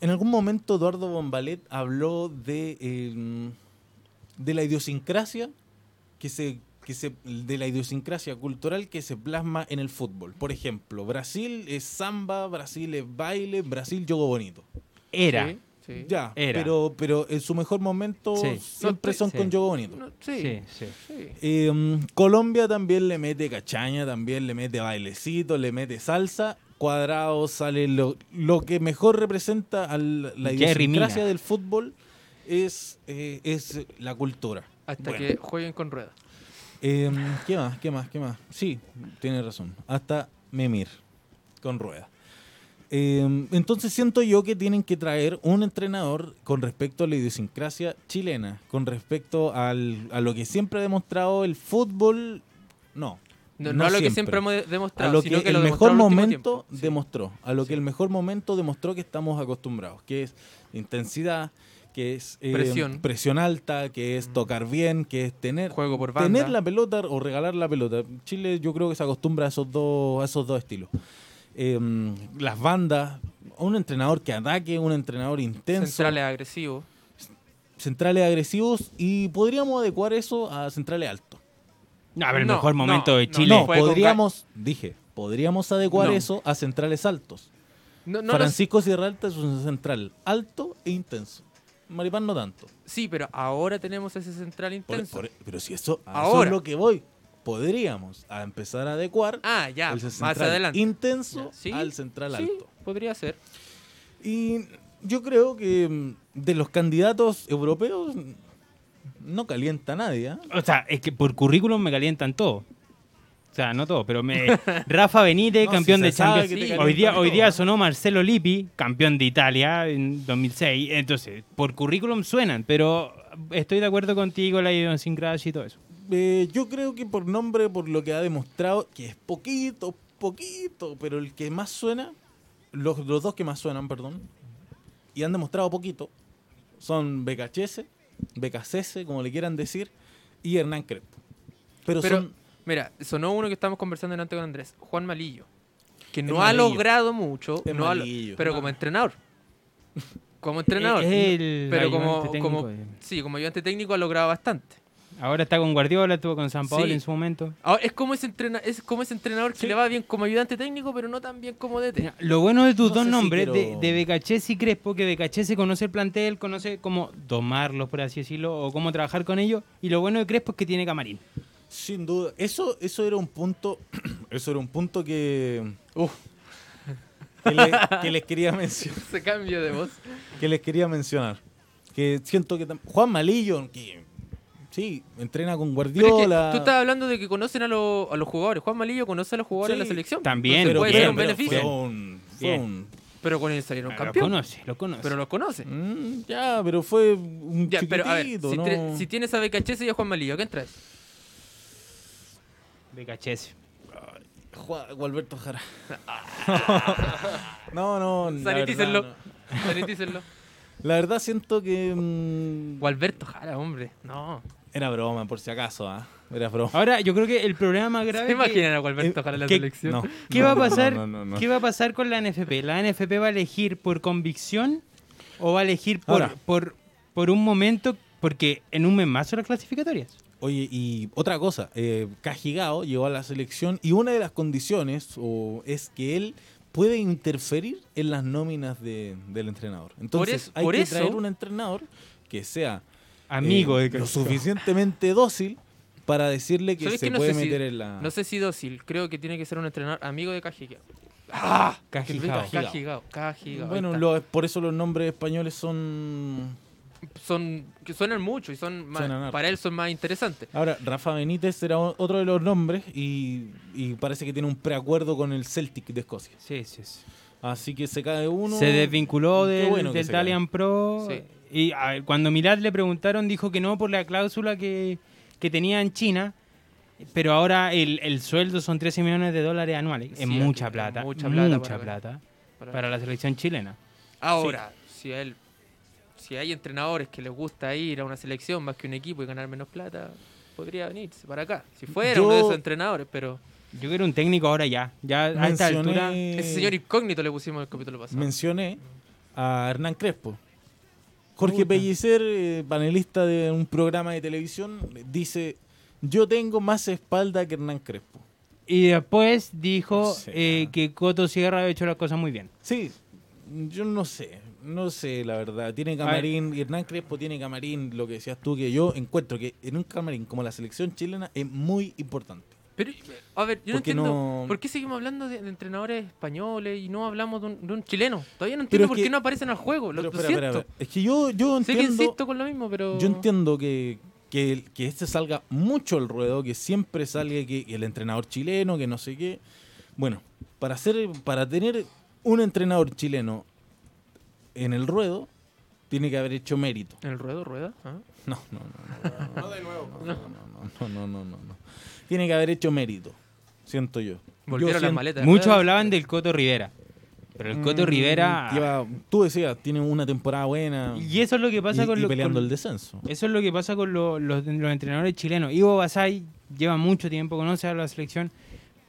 S2: En algún momento Eduardo Bombalet habló de, eh, de la idiosincrasia que se, que se de la idiosincrasia cultural que se plasma en el fútbol. Por ejemplo, Brasil es samba, Brasil es baile, Brasil yogo bonito.
S1: Era.
S3: Sí, sí.
S2: Ya,
S1: Era.
S2: pero pero en su mejor momento
S1: Sí.
S2: siempre
S3: No,
S2: son
S1: sí.
S2: con yogo bonito.
S3: No, sí,
S1: Sí, sí.
S3: sí.
S2: Eh, mm, Colombia también le mete cachaña, también le mete bailecito, le mete salsa. Cuadrado sale lo, lo que mejor representa a la
S1: Jerry Mina.
S2: idiosincrasia del fútbol es, eh, es la cultura.
S3: Hasta
S2: Bueno.
S3: que jueguen con ruedas.
S2: Eh, ¿Qué más? ¿Qué más? ¿Qué más? Sí, tiene razón. Hasta Memir, con rueda. Eh, entonces siento yo que tienen que traer un entrenador con respecto a la idiosincrasia chilena, con respecto al- a lo que siempre ha demostrado el fútbol. No.
S3: No, no a lo que siempre hemos de-
S2: a
S3: demostrado,
S2: lo que,
S3: sino que, lo
S2: el mejor
S3: demostraron el último
S2: momento
S3: tiempo. Sí.
S2: demostró, a lo
S3: Sí.
S2: que el mejor momento demostró que estamos acostumbrados, que es intensidad, que es eh,
S3: Presión. Mm.
S2: presión alta, que es tocar bien, que es tener
S3: Juego por banda.
S2: tener la pelota o regalar la pelota. Chile yo creo que se acostumbra a esos dos, a esos dos estilos. Em, las bandas, un entrenador que ataque, un entrenador intenso,
S3: Centrales agresivos.
S2: centrales agresivos y podríamos adecuar eso a centrales altos.
S1: No, a ver, el
S3: No,
S1: mejor
S3: no,
S1: momento de
S3: no,
S1: Chile.
S2: No,
S3: fue con
S2: podríamos, dije, podríamos adecuar
S3: No.
S2: eso a centrales altos.
S3: No, no los-
S2: Francisco Sierra Alta es un central alto e intenso. Maripán no tanto.
S3: Sí, pero ahora tenemos ese central
S2: Por-
S3: intenso.
S2: por- pero si eso, a eso
S3: Ahora.
S2: es lo que voy. Podríamos a empezar a adecuar
S3: Ah, ya,
S2: el
S3: más
S2: central
S3: adelante.
S2: intenso
S3: Ya, sí,
S2: al central
S3: Sí,
S2: alto.
S3: podría ser.
S2: Y yo creo que mm, de los candidatos europeos mm, no calienta a nadie. ¿ah?
S1: O sea, es que por currículum me calientan todo. O sea, no todo, pero
S2: <laughs>
S1: me... Rafa Benítez,
S2: No,
S1: campeón
S2: si
S1: de
S2: se sabe
S1: Champions.
S2: que te
S1: Sí,
S2: calientan
S1: Hoy día, hoy
S2: todo.
S1: día sonó Marcelo Lippi, campeón de Italia en 2006. Entonces, por currículum suenan, pero estoy de acuerdo contigo, la idiosincrasia y todo eso.
S2: Eh, yo creo que por nombre, por lo que ha demostrado, que es poquito, poquito, pero el que más suena, los, los dos que más suenan, perdón, y han demostrado poquito, son Becachese, Becacese, como le quieran decir, y Hernán Crespo. Pero,
S3: Pero,
S2: son-
S3: mira, sonó uno que estábamos conversando antes con Andrés, Juan Malillo, que no ha
S2: malillo.
S3: logrado mucho,
S2: Es
S3: no ha lo-
S2: malillo.
S3: pero como entrenador. <laughs> Como entrenador.
S1: Es el
S3: pero como,
S1: ayudante
S3: como-
S1: técnico
S2: eh.
S1: de-
S3: sí, como ayudante técnico ha logrado bastante.
S1: Ahora está con Guardiola, estuvo con San Paolo
S3: Sí.
S1: en su momento.
S3: Ahora, es como ese, entrena es como ese entrenador que
S2: Sí.
S3: le va bien como ayudante técnico, pero no tan bien como DT.
S2: <laughs>
S1: Mira, Lo bueno de tus
S2: No
S1: dos
S2: sé si
S1: nombres,
S2: quiero-
S1: de, de Becachés y Crespo, que Becachés se conoce el plantel, conoce cómo domarlos, por así decirlo, o cómo trabajar con ellos. Y lo bueno de Crespo es que tiene camarín.
S2: sin duda, eso, eso era un punto, <clears throat> eso era un punto que, uf, que, le- que les quería mencionar.
S3: Ese cambio de voz.
S2: que les quería mencionar. Que siento que tam- Juan Malillo, que sí, entrena con
S3: Pero es que
S2: Guardiola.
S3: tú estabas hablando de que conocen a, lo- a los jugadores. Juan Malillo conoce a los jugadores de la
S2: Sí,
S3: selección.
S1: también,
S3: Entonces
S2: pero
S3: puede
S2: bien,
S3: ser un
S2: pero
S3: beneficio.
S2: Fue un, fue
S1: Bien.
S2: un-
S3: Pero con él salieron
S1: Lo
S3: campeón.
S1: conoce, lo conoce.
S3: Pero los conoce.
S2: mm, ya, pero fue un
S3: Ya,
S2: chiquitito,
S3: pero a ver, si,
S2: ¿no?
S3: tre- si tienes a Becachese y a Juan Malillo, ¿qué entras?
S1: Becachés.
S2: Juan- Gualberto Jara. <laughs> no, no, la
S3: Sanitícenlo.
S2: verdad, no.
S3: <laughs> Sanitícenlo.
S2: La verdad siento que mm,
S3: Gualberto Jara, hombre. No.
S2: era broma por si acaso, ¿ah? Era broma.
S1: Ahora, yo creo que el problema más grave.
S3: ¿Se
S1: es que-
S3: imaginan a Gualberto
S2: Eh,
S3: Jara en la
S1: ¿qué-
S3: selección? <laughs>
S2: No,
S1: ¿Qué
S2: no,
S1: va a
S2: no,
S1: pasar?
S2: no, no, no.
S1: ¿Qué va a pasar con la NFP? ¿La NFP va a elegir por convicción o va a elegir por,
S2: Ahora.
S1: por, por un momento? Porque en un mes más son las clasificatorias.
S2: Oye, y otra cosa, eh, Cajigao llegó a la selección y una de las condiciones o, es que él puede interferir en las nóminas de- del entrenador. Entonces
S3: eso-
S2: hay
S3: por
S2: que
S3: eso-
S2: traer un entrenador que sea
S1: Amigo
S2: eh,
S1: de
S2: lo
S1: Crespo.
S2: suficientemente dócil para decirle que
S3: ¿Sabes
S2: se
S3: qué? No
S2: puede
S3: sé si-
S2: meter en la...
S3: No sé si dócil, creo que tiene que ser un entrenador amigo de Cajigao.
S1: Cajijao.
S2: Cajigao.
S3: Cajigao, Cajigao.
S2: bueno,
S3: ahí está.
S2: lo- por eso los nombres españoles son...
S3: son que suenan mucho y son más-
S2: Suenan harto.
S3: para él son más interesantes.
S2: Ahora, Rafa Benítez era o- otro de los nombres y, y parece que tiene un preacuerdo con el Celtic de Escocia.
S1: Sí, sí, sí.
S2: Así que se cae uno...
S1: se desvinculó
S2: Qué
S1: del,
S2: bueno que
S1: del
S2: se cae.
S1: Dalian Pro.
S3: Sí.
S1: Y a ver, cuando Milad le preguntaron, dijo que no por la cláusula que, que tenía en China. Pero ahora el, el sueldo son 13 millones de dólares anuales.
S3: Sí,
S1: es
S3: aquí
S1: mucha
S3: es
S1: plata.
S3: mucha
S1: Mucha
S3: plata
S1: plata.
S3: para- para-
S1: para la selección chilena.
S3: Ahora, si a él si hay entrenadores que les gusta ir a una selección más que un equipo y ganar menos plata, podría venirse para acá. Si fuera
S2: Yo-
S3: uno de esos entrenadores, pero
S1: Yo quiero un técnico ahora ya. Ya a esta
S2: Mencioné-
S1: altura.
S3: ese señor incógnito le pusimos en el capítulo pasado.
S2: mencioné a Hernán Crespo. Jorge
S1: Puta.
S2: Pellicer, eh, panelista de un programa de televisión, dice, yo tengo más espalda que Hernán Crespo.
S1: Y después dijo
S2: Sí.
S1: eh, que Coto Sierra había hecho las cosas muy bien.
S2: Sí, yo no sé, no sé la verdad. Tiene camarín, y Hernán Crespo tiene camarín, lo que decías tú, que yo encuentro que en un camarín como la selección chilena es muy importante.
S3: Pero, a ver, yo no
S2: ¿Por qué
S3: entiendo.
S2: no-
S3: ¿Por qué seguimos hablando de, de entrenadores españoles y no hablamos de un, de un chileno? Todavía
S2: Pero
S3: no entiendo
S2: es
S3: por
S2: que-
S3: qué no aparecen al juego. Lo,
S2: Pero
S3: lo
S2: espera,
S3: siento.
S2: espera, espera. Es que yo, yo
S3: Sé que
S2: entiendo...
S3: insisto con lo mismo, pero.
S2: Yo entiendo que, que, que este salga mucho el ruedo, que siempre salga que, que el entrenador chileno, que no sé qué. Bueno, para, hacer, para tener un entrenador chileno en el ruedo, tiene que haber hecho mérito.
S3: ¿El ruedo, rueda? Ah.
S2: No, no, no.
S4: No de nuevo.
S2: No, no, no, no, no, no, no, no. Tiene que haber hecho mérito, siento yo.
S3: Volvieron
S2: Yo
S3: las
S2: sien-
S3: maletas.
S1: Muchos
S3: ruedas.
S1: hablaban del Coto Rivera. Pero el Coto
S2: Mm,
S1: Rivera.
S2: lleva- tú decías, tiene una temporada buena
S1: Y eso es lo que pasa
S2: y-
S1: con
S2: y
S1: lo-
S2: peleando
S1: con-
S2: el descenso.
S1: Eso es lo que pasa con lo- los, los entrenadores chilenos. Ivo Basay lleva mucho tiempo, conoce a la selección,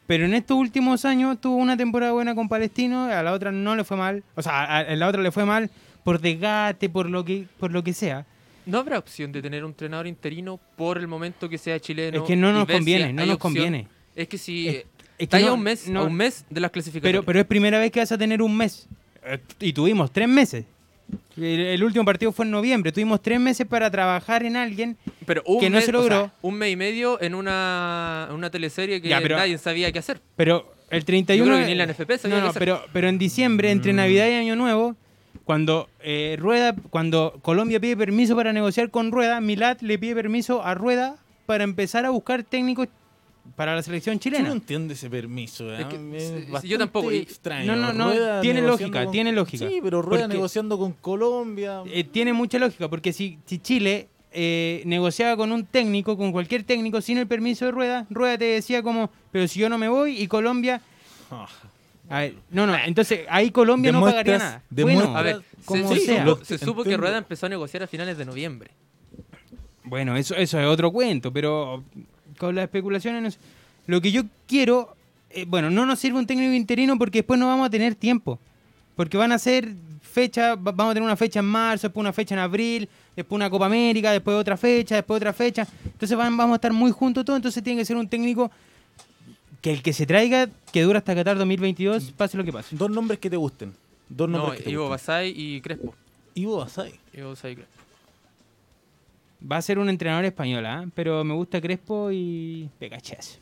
S1: pero en estos últimos años tuvo una temporada buena con Palestino, a la otra no le fue mal, o sea, a, a la otra le fue mal por desgaste, por lo que, por lo que sea.
S3: ¿No habrá opción de tener un entrenador interino por el momento que sea chileno?
S1: es que no
S3: y
S1: nos
S3: ver si
S1: conviene,
S3: hay
S1: no nos
S3: opción?
S1: conviene.
S3: Es que si
S1: Es- es que
S3: está ya
S1: no-
S3: un mes,
S1: no-
S3: a un mes de las
S1: Pero,
S3: clasificatorias.
S1: pero es primera vez que vas a tener un mes. Eh, Y tuvimos tres meses. El, el último partido fue en noviembre. Tuvimos tres meses para trabajar en alguien.
S3: Pero un
S1: que no
S3: mes,
S1: se
S3: o sea,
S1: logró.
S3: un mes y medio en una, en una teleserie que
S1: Ya, pero-
S3: nadie sabía qué hacer.
S1: Pero el 31.
S3: Yo creo que ni la NFP sabía
S1: No,
S3: qué
S1: no,
S3: hacer.
S1: pero, pero en diciembre,
S3: Mm.
S1: entre Navidad y Año Nuevo, cuando eh, Rueda, cuando Colombia pide permiso para negociar con Rueda, Milat le pide permiso a Rueda para empezar a buscar técnicos para la selección
S2: Yo no
S1: chilena.
S2: entiendo ese permiso. ¿eh?
S3: Es que,
S2: Es
S3: sí, sí,
S2: bastante
S3: yo tampoco, y-
S1: No,
S2: Extraño.
S1: no, no,
S2: Rueda
S1: tiene
S2: negociando
S1: lógica, tiene lógica.
S2: Sí, pero Rueda
S1: Porque-
S2: negociando con Colombia.
S1: Eh, tiene mucha lógica, porque si, si Chile eh, negociaba con un técnico, con cualquier técnico, sin el permiso de Rueda, Rueda te decía como, pero si yo no me voy y Colombia...
S2: Ah.
S1: A ver, no, no, entonces ahí Colombia no pagaría
S2: Demuestras-
S1: nada.
S2: demuestra-
S1: Bueno,
S3: A ver, se,
S1: como
S3: se
S1: sea.
S3: supo, se supo que
S2: Entiendo.
S3: Rueda empezó a negociar a finales de noviembre.
S1: Bueno, eso, eso es otro cuento, pero con las especulaciones, no sé. lo que yo quiero, eh, bueno, no nos sirve un técnico interino porque después no vamos a tener tiempo, porque van a ser fecha, va- vamos a tener una fecha en marzo, después una fecha en abril, después una Copa América, después otra fecha, después otra fecha, entonces van, vamos a estar muy juntos todos, entonces tiene que ser un técnico que el que se traiga, que dura hasta Qatar 2022, pase lo que pase.
S2: Dos nombres que te gusten. Dos
S3: No,
S2: nombres que te
S3: Ivo
S2: gusten.
S3: Basay y Crespo.
S2: Ivo Basay.
S3: Ivo Basay y Crespo.
S1: Va a ser un entrenador español, ¿ah? pero me gusta Crespo y Pegachas.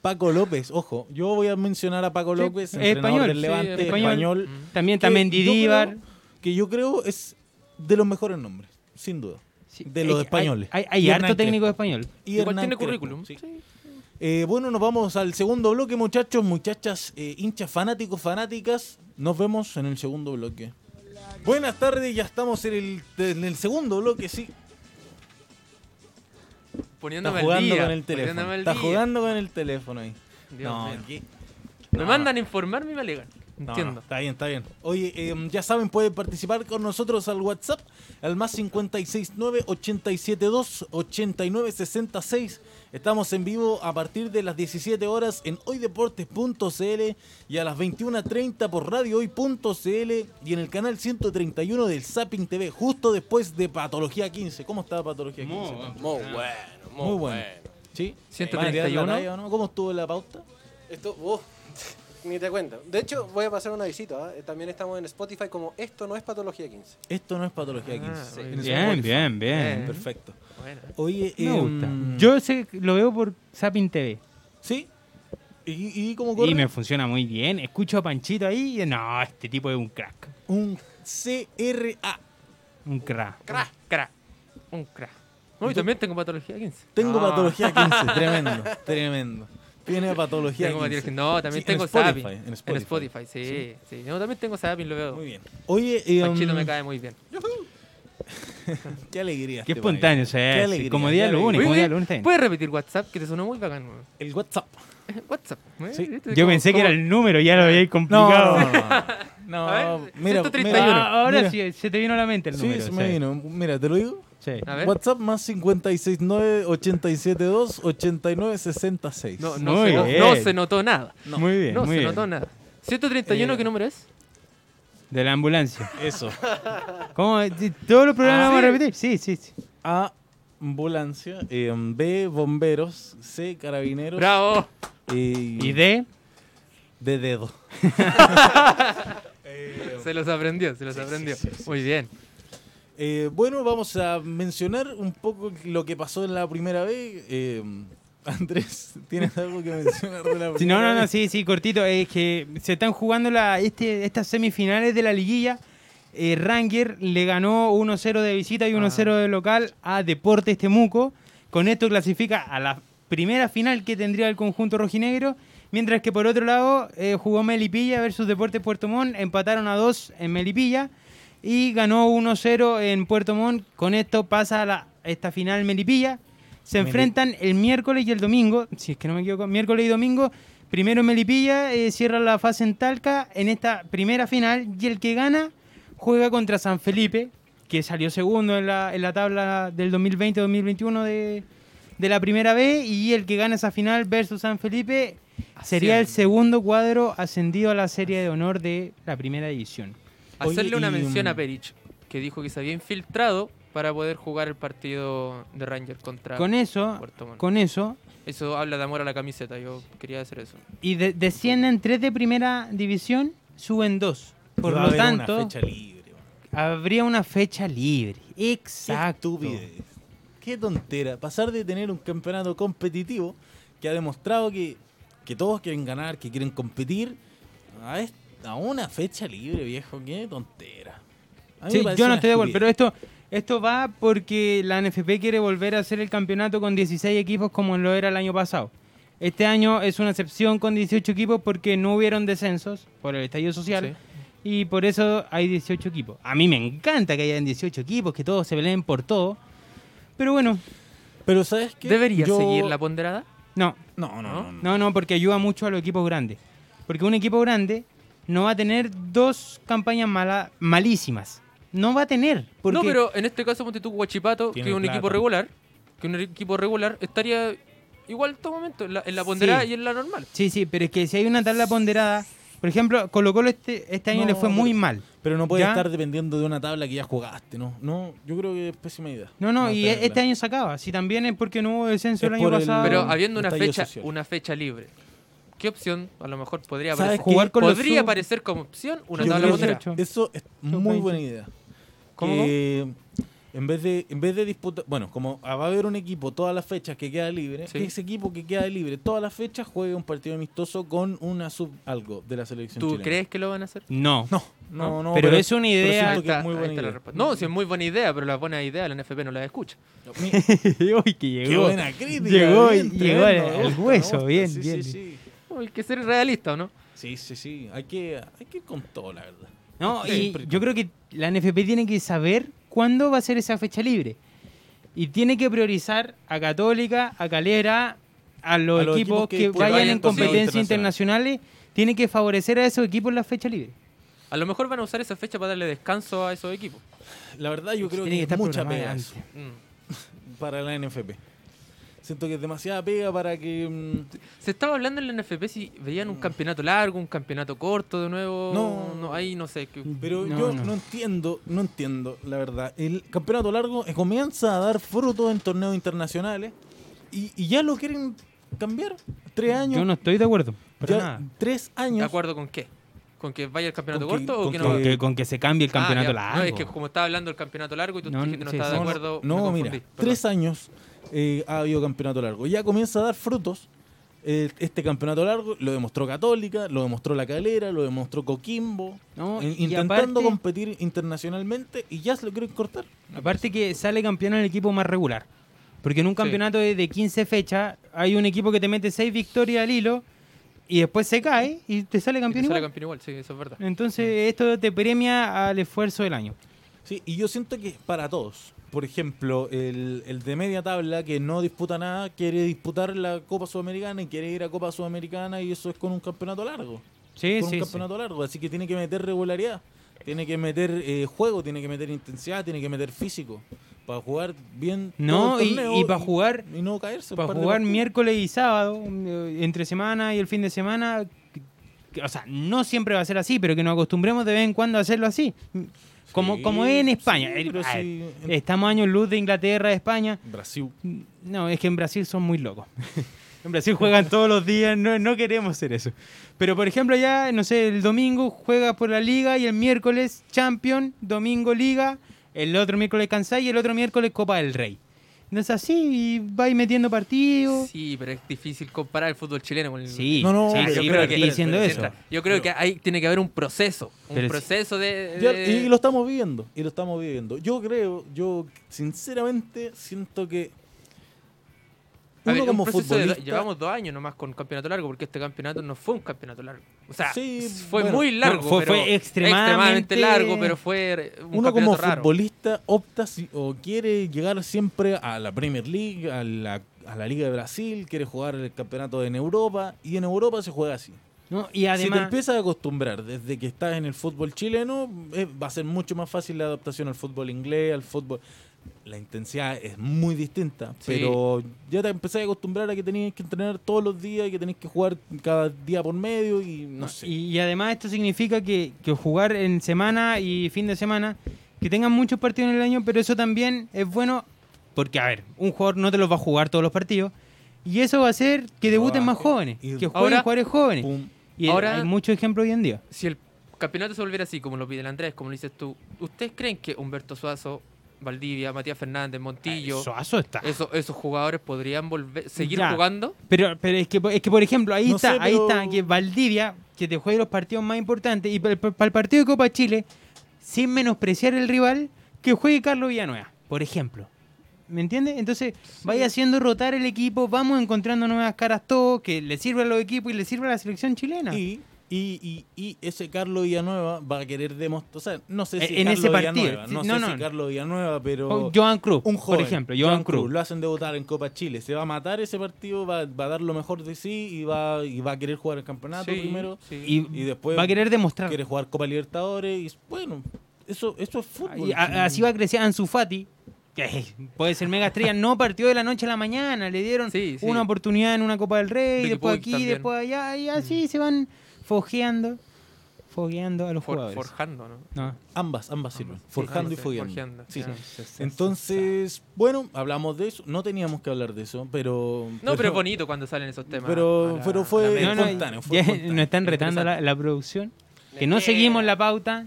S2: Paco López, ojo, yo voy a mencionar a Paco
S1: Sí,
S2: López,
S1: es español,
S2: entrenador del
S1: sí,
S2: Levante,
S1: es
S2: español,
S1: español.
S3: Mm.
S1: También
S2: que
S1: también
S2: yo
S1: Didíbar.
S2: creo- que yo creo es de los mejores nombres, sin duda.
S1: Sí,
S2: de los
S1: hay-
S2: españoles.
S1: Hay, hay
S2: Y
S1: harto
S2: Hernán
S1: técnico
S2: Crespo.
S1: español.
S2: Y
S3: Igual
S2: Hernán
S3: tiene
S2: Crespo,
S3: currículum.
S2: sí.
S3: Sí.
S2: Eh, bueno, nos vamos al segundo bloque, muchachos, muchachas, eh, hinchas, fanáticos, fanáticas. Nos vemos en el segundo bloque. Buenas tardes, ya estamos en el, en el segundo bloque, sí. Está
S3: Poniéndome al
S2: jugando
S3: día.
S2: con el teléfono.
S3: poniéndome al
S2: Está
S3: día.
S2: jugando con el teléfono ahí.
S3: Dios mío.
S2: qué-
S3: Me
S2: no.
S3: mandan a informarme y me alegan.
S2: No,
S3: Entiendo.
S2: no, está bien, está bien. Oye, eh, ya saben, pueden participar con nosotros al WhatsApp, al más 569-872-8966. Estamos en vivo a partir de las 17 horas en hoydeportes.cl y a las 21.30 por radiohoy.cl y en el canal 131 del Zapping TV, justo después de Patología 15. ¿Cómo estaba Patología 15?
S4: Muy bueno, muy,
S2: Muy bueno.
S4: bueno.
S2: ¿Sí?
S3: 131.
S2: ¿Van a tirar la talla o no? ¿Cómo estuvo la pauta?
S4: Esto, oh, <laughs> ni te cuento. De hecho, voy a pasar una visita. ¿ah? También estamos en Spotify como Esto no es Patología 15.
S2: Esto no es Patología 15.
S3: Ah,
S2: En
S3: muy
S1: Bien,
S2: Spotify.
S1: bien,
S2: Eh,
S1: bien.
S2: Perfecto.
S3: Bueno.
S2: Oye,
S1: Me gusta.
S2: em,
S1: Yo sé, lo veo por Sapin TV.
S2: ¿Sí? ¿Y, y cómo corre?
S1: Y me funciona muy bien. Escucho a Panchito ahí y no, este tipo es un crack.
S2: Un CRA.
S1: Un crack.
S3: Cra, cra. Un cra. No, y también tengo patología 15.
S2: Tengo
S3: No,
S2: patología
S3: <laughs>
S2: 15. Tremendo, tremendo. Tiene patología
S3: Tengo
S2: 15.
S3: patología- No,
S2: Sí, en
S3: también tengo
S2: Spotify,
S3: Sabin.
S2: en Spotify.
S3: sí. sí. No, también tengo Sabin, lo veo.
S2: Muy bien. Oye, eh,
S3: Panchito
S2: um,
S3: me cae muy bien.
S2: qué alegría.
S1: Qué
S2: este país.
S1: espontáneo se
S2: Qué alegría,
S1: hace. Como
S2: qué
S1: día
S2: alegría.
S1: lunes, como
S3: Oye,
S1: día lunes también.
S3: ¿Puedes repetir WhatsApp? Que te sonó muy bacán, weón. <laughs>
S2: El WhatsApp.
S3: WhatsApp. ¿eh?
S2: Sí.
S3: ¿Viste?
S1: Yo
S3: ¿Cómo-
S1: pensé que
S3: cómo-
S1: era el número, ya lo había
S2: No,
S1: complicado.
S2: no, no,
S1: <laughs>
S2: no.
S3: A
S2: No,
S3: ver,
S2: mira,
S3: 131.
S2: mira,
S1: Ah, ahora
S2: mira.
S1: sí, se te vino a la mente el
S2: Sí,
S1: número.
S2: se me vino. Mira, te lo digo.
S1: sí.
S3: A ver.
S2: WhatsApp más 569-872-8966.
S3: No, no
S1: Muy
S3: se, no-
S1: bien.
S3: no se notó nada.
S1: Muy bien,
S3: no
S1: muy
S3: se
S1: bien.
S3: notó nada. 131,
S2: Eh,
S3: ¿qué número es?
S1: De la ambulancia.
S2: Eso.
S1: ¿Cómo? ¿Todos los programas
S3: Ah,
S1: vamos a
S3: sí.
S1: repetir? Sí, sí, sí.
S2: A, ambulancia. eh, B, bomberos. C, carabineros.
S3: Bravo.
S2: Y,
S1: Y de...
S2: de dedo.
S3: Se los aprendió, se los aprendió. Muy bien.
S2: Eh, bueno, vamos a mencionar un poco lo que pasó en la primera vez. Eh, <laughs> Andrés, ¿tienes algo que mencionar de la primera
S1: Sí, no, no, no,
S2: vez?
S1: sí, sí, cortito. Es que se están jugando la, este, estas semifinales de la liguilla. Eh, Ranger le ganó 1-0 de visita y 1-0 de local a Deportes Temuco. Con esto clasifica a la primera final que tendría el conjunto rojinegro. Mientras que por otro lado eh, jugó Melipilla versus Deportes Puerto Montt. Empataron a 2 en Melipilla y ganó 1-0 en Puerto Montt. Con esto pasa a la, esta final Melipilla. Se
S2: Meli-
S1: enfrentan el miércoles y el domingo, si es que no me equivoco, miércoles y domingo. Primero en Melipilla, eh, cierra la fase en Talca en esta primera final y el que gana juega contra San Felipe, que salió segundo en la, en la tabla del 2020-2021 de, de la primera B y el que gana esa final versus San Felipe sería el
S3: Asciende.
S1: segundo cuadro ascendido a la serie de honor de la primera división.
S2: Oye,
S3: Hacerle una
S2: y,
S3: mención a
S2: mm,
S3: Perich, que dijo que se había infiltrado para poder jugar el partido de Ranger contra
S1: Con eso,
S3: Puerto Montt.
S1: con eso
S3: Eso habla de amor a la camiseta, yo quería hacer eso.
S1: y de- descienden tres de primera división, suben dos. Por
S2: Va a
S1: lo
S2: haber una
S1: tanto,
S2: fecha libre. man.
S1: habría una fecha libre.
S2: Qué
S1: Exacto.
S2: estupidez. Qué tontera. Pasar de tener un campeonato competitivo que ha demostrado que, que todos quieren ganar, que quieren competir, a, es- a una fecha libre, viejo. Qué tontera. A mí
S1: Sí,
S2: me parece
S1: yo no
S2: una
S1: estoy de acuerdo,
S2: estupidez.
S1: pero esto, esto va porque la NFP quiere volver a hacer el campeonato con 16 equipos como lo era el año pasado. Este año es una excepción con 18 equipos porque no hubieron descensos por el estallido social.
S3: Sí.
S1: Y por eso hay 18 equipos. A mí me encanta que hayan 18 equipos, que todos se peleen por todo. Pero bueno,
S2: Pero ¿sabes qué?
S3: ¿Debería
S2: Yo-
S3: seguir la ponderada?
S1: no,
S2: No, no, no. no.
S1: no, no, porque ayuda mucho a los equipos grandes. Porque un equipo grande no va a tener dos campañas mala- malísimas. no va a tener. Porque
S3: No, pero en este caso, ponte tú Guachipato, que
S2: Tiene
S3: es un
S2: plata.
S3: equipo regular, que un equipo regular estaría igual en todo momento, en la, en la ponderada
S1: Sí.
S3: y en la normal.
S1: Sí, sí, pero es que si hay una tabla ponderada, por ejemplo, Colo Colo este, este año
S2: No,
S1: le fue
S2: pero-
S1: muy mal.
S2: Pero no puede
S1: ¿Ya?
S2: estar dependiendo de una tabla que ya jugaste, ¿no? No, yo creo que es pésima idea.
S1: No, no, y
S2: está bien,
S1: este
S2: claro.
S1: año se acaba. Si también es porque no hubo descenso
S2: Es
S1: el año
S2: por el-
S1: pasado.
S3: Pero
S2: un
S3: habiendo una
S2: estallido
S3: fecha,
S2: social.
S3: una fecha libre, ¿qué opción a lo mejor podría
S2: ¿Sabes
S3: aparecer?
S2: qué?
S1: Jugar con los
S3: podría
S1: sub-
S3: aparecer como opción una
S2: Yo
S3: tabla
S2: creo que
S3: ponderada.
S1: Mucho.
S2: Eso es muy
S1: 20.
S2: buena idea.
S1: ¿Cómo,
S2: Que en vez de en vez de disputar, bueno, como ah, va a haber un equipo todas las fechas que queda libre,
S3: Sí.
S2: que ese equipo que queda libre todas las fechas juegue un partido amistoso con una sub algo de la selección
S3: ¿Tú
S2: chilena.
S3: crees que lo van a hacer?
S1: No.
S2: No, no, no,
S1: pero, es una
S2: pero
S1: idea.
S2: siento
S3: Ahí
S2: que es muy
S3: ahí
S2: buena
S3: la
S2: idea.
S3: respuesta. No, si es muy buena idea, pero las buenas ideas la NFP no las escucha.
S1: <laughs>
S2: Mi-
S1: <laughs> Uy, que
S2: Qué
S1: llegó.
S2: buena crítica.
S1: Llegó y-
S2: bien,
S1: llegó
S2: tremendo,
S1: al-
S2: me
S1: al
S2: gusta,
S1: hueso,
S2: me gusta.
S1: bien,
S2: Sí,
S1: bien,
S2: Sí, sí.
S3: Oh, Hay que ser realista, ¿o no?
S2: Sí, sí, sí. Hay que, hay que ir con todo, la verdad.
S1: No, y
S2: Siempre.
S1: yo creo que la NFP tiene que saber cuándo va a ser esa fecha libre. Y tiene que priorizar a Católica, a Calera, a los,
S2: A los
S1: equipos,
S2: equipos que
S1: que,
S2: puedan
S1: vayan
S3: ir
S1: en
S3: a torneos
S1: competencias internacionales. Tiene que favorecer a esos equipos en la fecha libre.
S3: A lo mejor van a usar esa fecha para darle descanso a esos equipos.
S2: La verdad, yo creo
S1: Tiene
S2: que,
S1: que
S2: es
S1: estar
S2: mucha
S1: programada
S2: pega
S1: antes.
S2: eso
S3: Mm.
S2: para la NFP. Siento que es demasiada pega para que. mm,
S3: Se estaba hablando en la NFP si veían un campeonato largo, un campeonato corto de nuevo.
S2: No.
S3: ahí no sé. que-
S2: Pero
S1: No,
S2: yo no.
S1: no.
S2: entiendo, no entiendo, la verdad. El campeonato largo eh, comienza a dar fruto en torneos internacionales y, y ya lo quieren cambiar. Tres años.
S1: Yo no estoy de acuerdo. para
S2: ya
S1: nada.
S2: Tres
S3: ¿De
S2: años.
S3: acuerdo con qué? ¿Con que vaya el campeonato
S2: Con que-
S3: corto o
S2: con
S3: que no?
S1: Con
S3: vaya?
S1: que, con que se cambie el
S3: Ah,
S1: campeonato
S3: ya.
S1: largo.
S3: No, es que como estaba hablando del campeonato largo y tú
S1: No,
S3: dijiste que no
S1: sí,
S3: estaba
S1: sí.
S3: de
S1: No, no,
S3: acuerdo. me
S2: No,
S3: confundí,
S2: mira,
S3: perdón.
S2: tres años eh, ha habido campeonato largo. Ya comienza a dar frutos eh, este campeonato largo. Lo demostró Católica, lo demostró La Calera, lo demostró Coquimbo.
S1: No,
S2: in-
S1: y
S2: intentando
S1: aparte-
S2: competir internacionalmente y ya se lo quieren cortar.
S1: Aparte que sale campeón el equipo más regular. Porque en un campeonato de- de 15 fechas hay un equipo que te mete 6 victorias al hilo y después se cae y te sale
S3: Y te
S1: campeón
S3: sale
S1: igual.
S3: campeón igual, sí, eso es verdad.
S2: Mm.
S1: Entonces esto te premia al esfuerzo del año.
S2: Sí, y yo siento que es para todos. Por ejemplo, el, el de media tabla que no disputa nada quiere disputar la Copa Sudamericana y quiere ir a Copa Sudamericana y eso es con un campeonato largo.
S1: Sí,
S2: con
S1: sí, sí.
S2: un campeonato largo, así que tiene que meter regularidad, tiene que meter eh, juego, tiene que meter intensidad, tiene que meter físico para jugar bien.
S1: No,
S2: todo el
S1: y-
S2: torneo
S1: y para jugar-
S2: y no caerse.
S1: Para
S2: un par de
S1: jugar
S2: partidos.
S1: miércoles y sábado, eh, entre semana y el fin de semana. que- O sea, no siempre va a ser así, pero que nos acostumbremos de vez en cuando a hacerlo así. Como,
S2: Sí,
S1: como en España.
S2: sí,
S1: El-
S2: pero
S1: a ver, eh.
S2: sí, en-
S1: Estamos años luz de Inglaterra, de España.
S2: Brasil.
S1: No, es que en Brasil son muy locos. <laughs> en Brasil juegan todos los días, no, no queremos hacer eso. Pero por ejemplo, ya, no sé, el domingo juegas por la liga y el miércoles Champion, domingo liga, el otro miércoles Kansai y el otro miércoles Copa del Rey. No es así, y vais metiendo partidos.
S3: Sí, pero es difícil comparar el fútbol chileno con el.
S1: Sí,
S2: No, no,
S1: sí,
S2: pero
S1: sí,
S3: yo
S1: pero
S3: creo que-
S1: estoy diciendo
S2: pero-
S1: eso.
S2: pero-
S3: Yo creo que ahí tiene que haber un proceso. Un
S1: Pero sí.
S3: proceso de.
S2: Ya-
S3: de-
S2: y lo estamos viviendo, y lo estamos viviendo. Yo creo, yo sinceramente siento que
S3: A
S2: uno
S3: ver, un
S2: como
S3: proceso de do-
S2: futbolista
S3: llevamos dos años nomás con campeonato largo, porque este campeonato no fue un campeonato largo. O sea,
S2: Sí,
S3: fue
S2: bueno.
S3: muy largo.
S1: No, fue-
S3: pero-
S1: fue extremadamente-
S3: largo, pero fue un
S2: uno como
S3: campeonato raro.
S2: futbolista opta si- o quiere llegar siempre a la Premier League, a la, a la Liga de Brasil, quiere jugar el campeonato en Europa y en Europa se juega así.
S1: No, y
S2: si te
S1: además,
S2: empiezas a acostumbrar desde que estás en el fútbol chileno, eh, va a ser mucho más fácil la adaptación al fútbol inglés, al fútbol... La intensidad es muy distinta,
S3: Sí.
S2: pero ya te empezás a acostumbrar a que tenías que entrenar todos los días y que tenés que jugar cada día por medio y
S3: Ah,
S2: no sé.
S1: y, y además esto significa que, que jugar en semana y fin de semana, que tengan muchos partidos en el año, pero eso también es bueno porque, a ver, un jugador no te los va a jugar todos los partidos y eso va a hacer que debuten más jóvenes,
S2: y-
S1: que jueguen
S3: Ahora-
S1: jugadores jóvenes.
S2: Pum.
S1: y
S3: ahora-
S1: hay muchos ejemplos hoy en día.
S3: Si el campeonato se volviera así, como lo pide el Andrés, como lo dices tú, ¿ustedes creen que Humberto Suazo, Valdivia, Matías Fernández, Montillo,
S1: Suazo está.
S3: eso- esos jugadores podrían volver, seguir
S1: Ah, Ya.
S3: jugando?
S1: Pero, pero es, que, es que, por ejemplo, ahí
S2: No
S1: está,
S2: sé,
S1: ahí
S2: pero-
S1: está, que Valdivia, que te juegue los partidos más importantes, y para el partido de Copa Chile, sin menospreciar el rival, que juegue Carlos Villanueva, por ejemplo. ¿Me entiendes? Entonces, vaya haciendo rotar el equipo, vamos encontrando nuevas caras todos, que le sirva a los equipos y le sirva a la selección chilena.
S2: Y, y, y, y ese Carlos Villanueva va a querer demostrar. O sea, no sé si
S1: Eh, En
S2: Carlos
S1: ese partido.
S2: Villanueva,
S1: Sí,
S2: no,
S1: no,
S2: sé
S1: no.
S2: si Carlos Villanueva, pero.
S1: O Joan Cruz,
S2: un joven,
S1: por ejemplo, Joan Cruz.
S2: Lo hacen debutar en Copa Chile. Se va a matar ese partido, va, va a dar lo mejor de sí y va, y va a querer jugar el campeonato
S3: Sí,
S2: primero.
S3: sí.
S1: Y,
S2: Y después
S1: va a querer demostrar.
S2: Quiere jugar Copa Libertadores y bueno, Eso, eso es fútbol.
S1: Y a- así
S2: sí.
S1: va a crecer Ansu Fati, que <laughs> puede ser mega estrella, no partió de la noche a la mañana, le dieron
S3: Sí, sí.
S1: una oportunidad en una Copa del Rey,
S3: Ricky
S1: después
S3: Puig
S1: aquí,
S3: también.
S1: después allá, y así se van fojeando, fojeando a los
S3: For-
S1: jugadores.
S3: forjando, ¿no?
S1: No.
S2: Ambas, ambas sirven.
S3: Sí,
S2: pues, Forjando y
S3: sí,
S2: fogueando.
S3: forjeando,
S2: Sí.
S3: claro.
S2: Entonces, bueno, hablamos de eso. No teníamos que hablar de eso, pero.
S3: No, pero es bonito cuando salen esos temas.
S2: pero-
S3: a la-
S2: pero fue-
S3: a la
S2: Eh,
S1: No,
S3: mesa.
S1: no,
S2: espontáneo, fue
S1: ya
S2: espontáneo.
S1: nos están retando la, la producción, que no seguimos la pauta.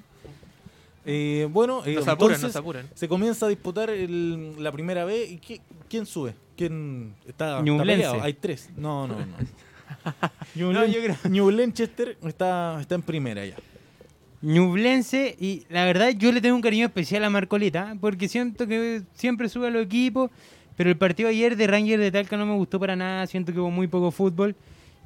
S2: eh, bueno, eh,
S3: Nos apuran,
S2: entonces
S3: nos apuran.
S2: se comienza a disputar el- la primera vez. ¿Y qué- quién sube? ¿Quién está, está
S1: Ñublense.
S2: peleado? Hay tres.
S1: <laughs>
S2: No, no, no.
S1: No, yo creo-
S2: New Lanchester está, está en primera ya.
S1: Ñublense, y la verdad yo le tengo un cariño especial a Marcolita, ¿eh? porque siento que siempre sube a los equipos, pero el partido ayer de Rangers de Talca no me gustó para nada, siento que hubo muy poco fútbol,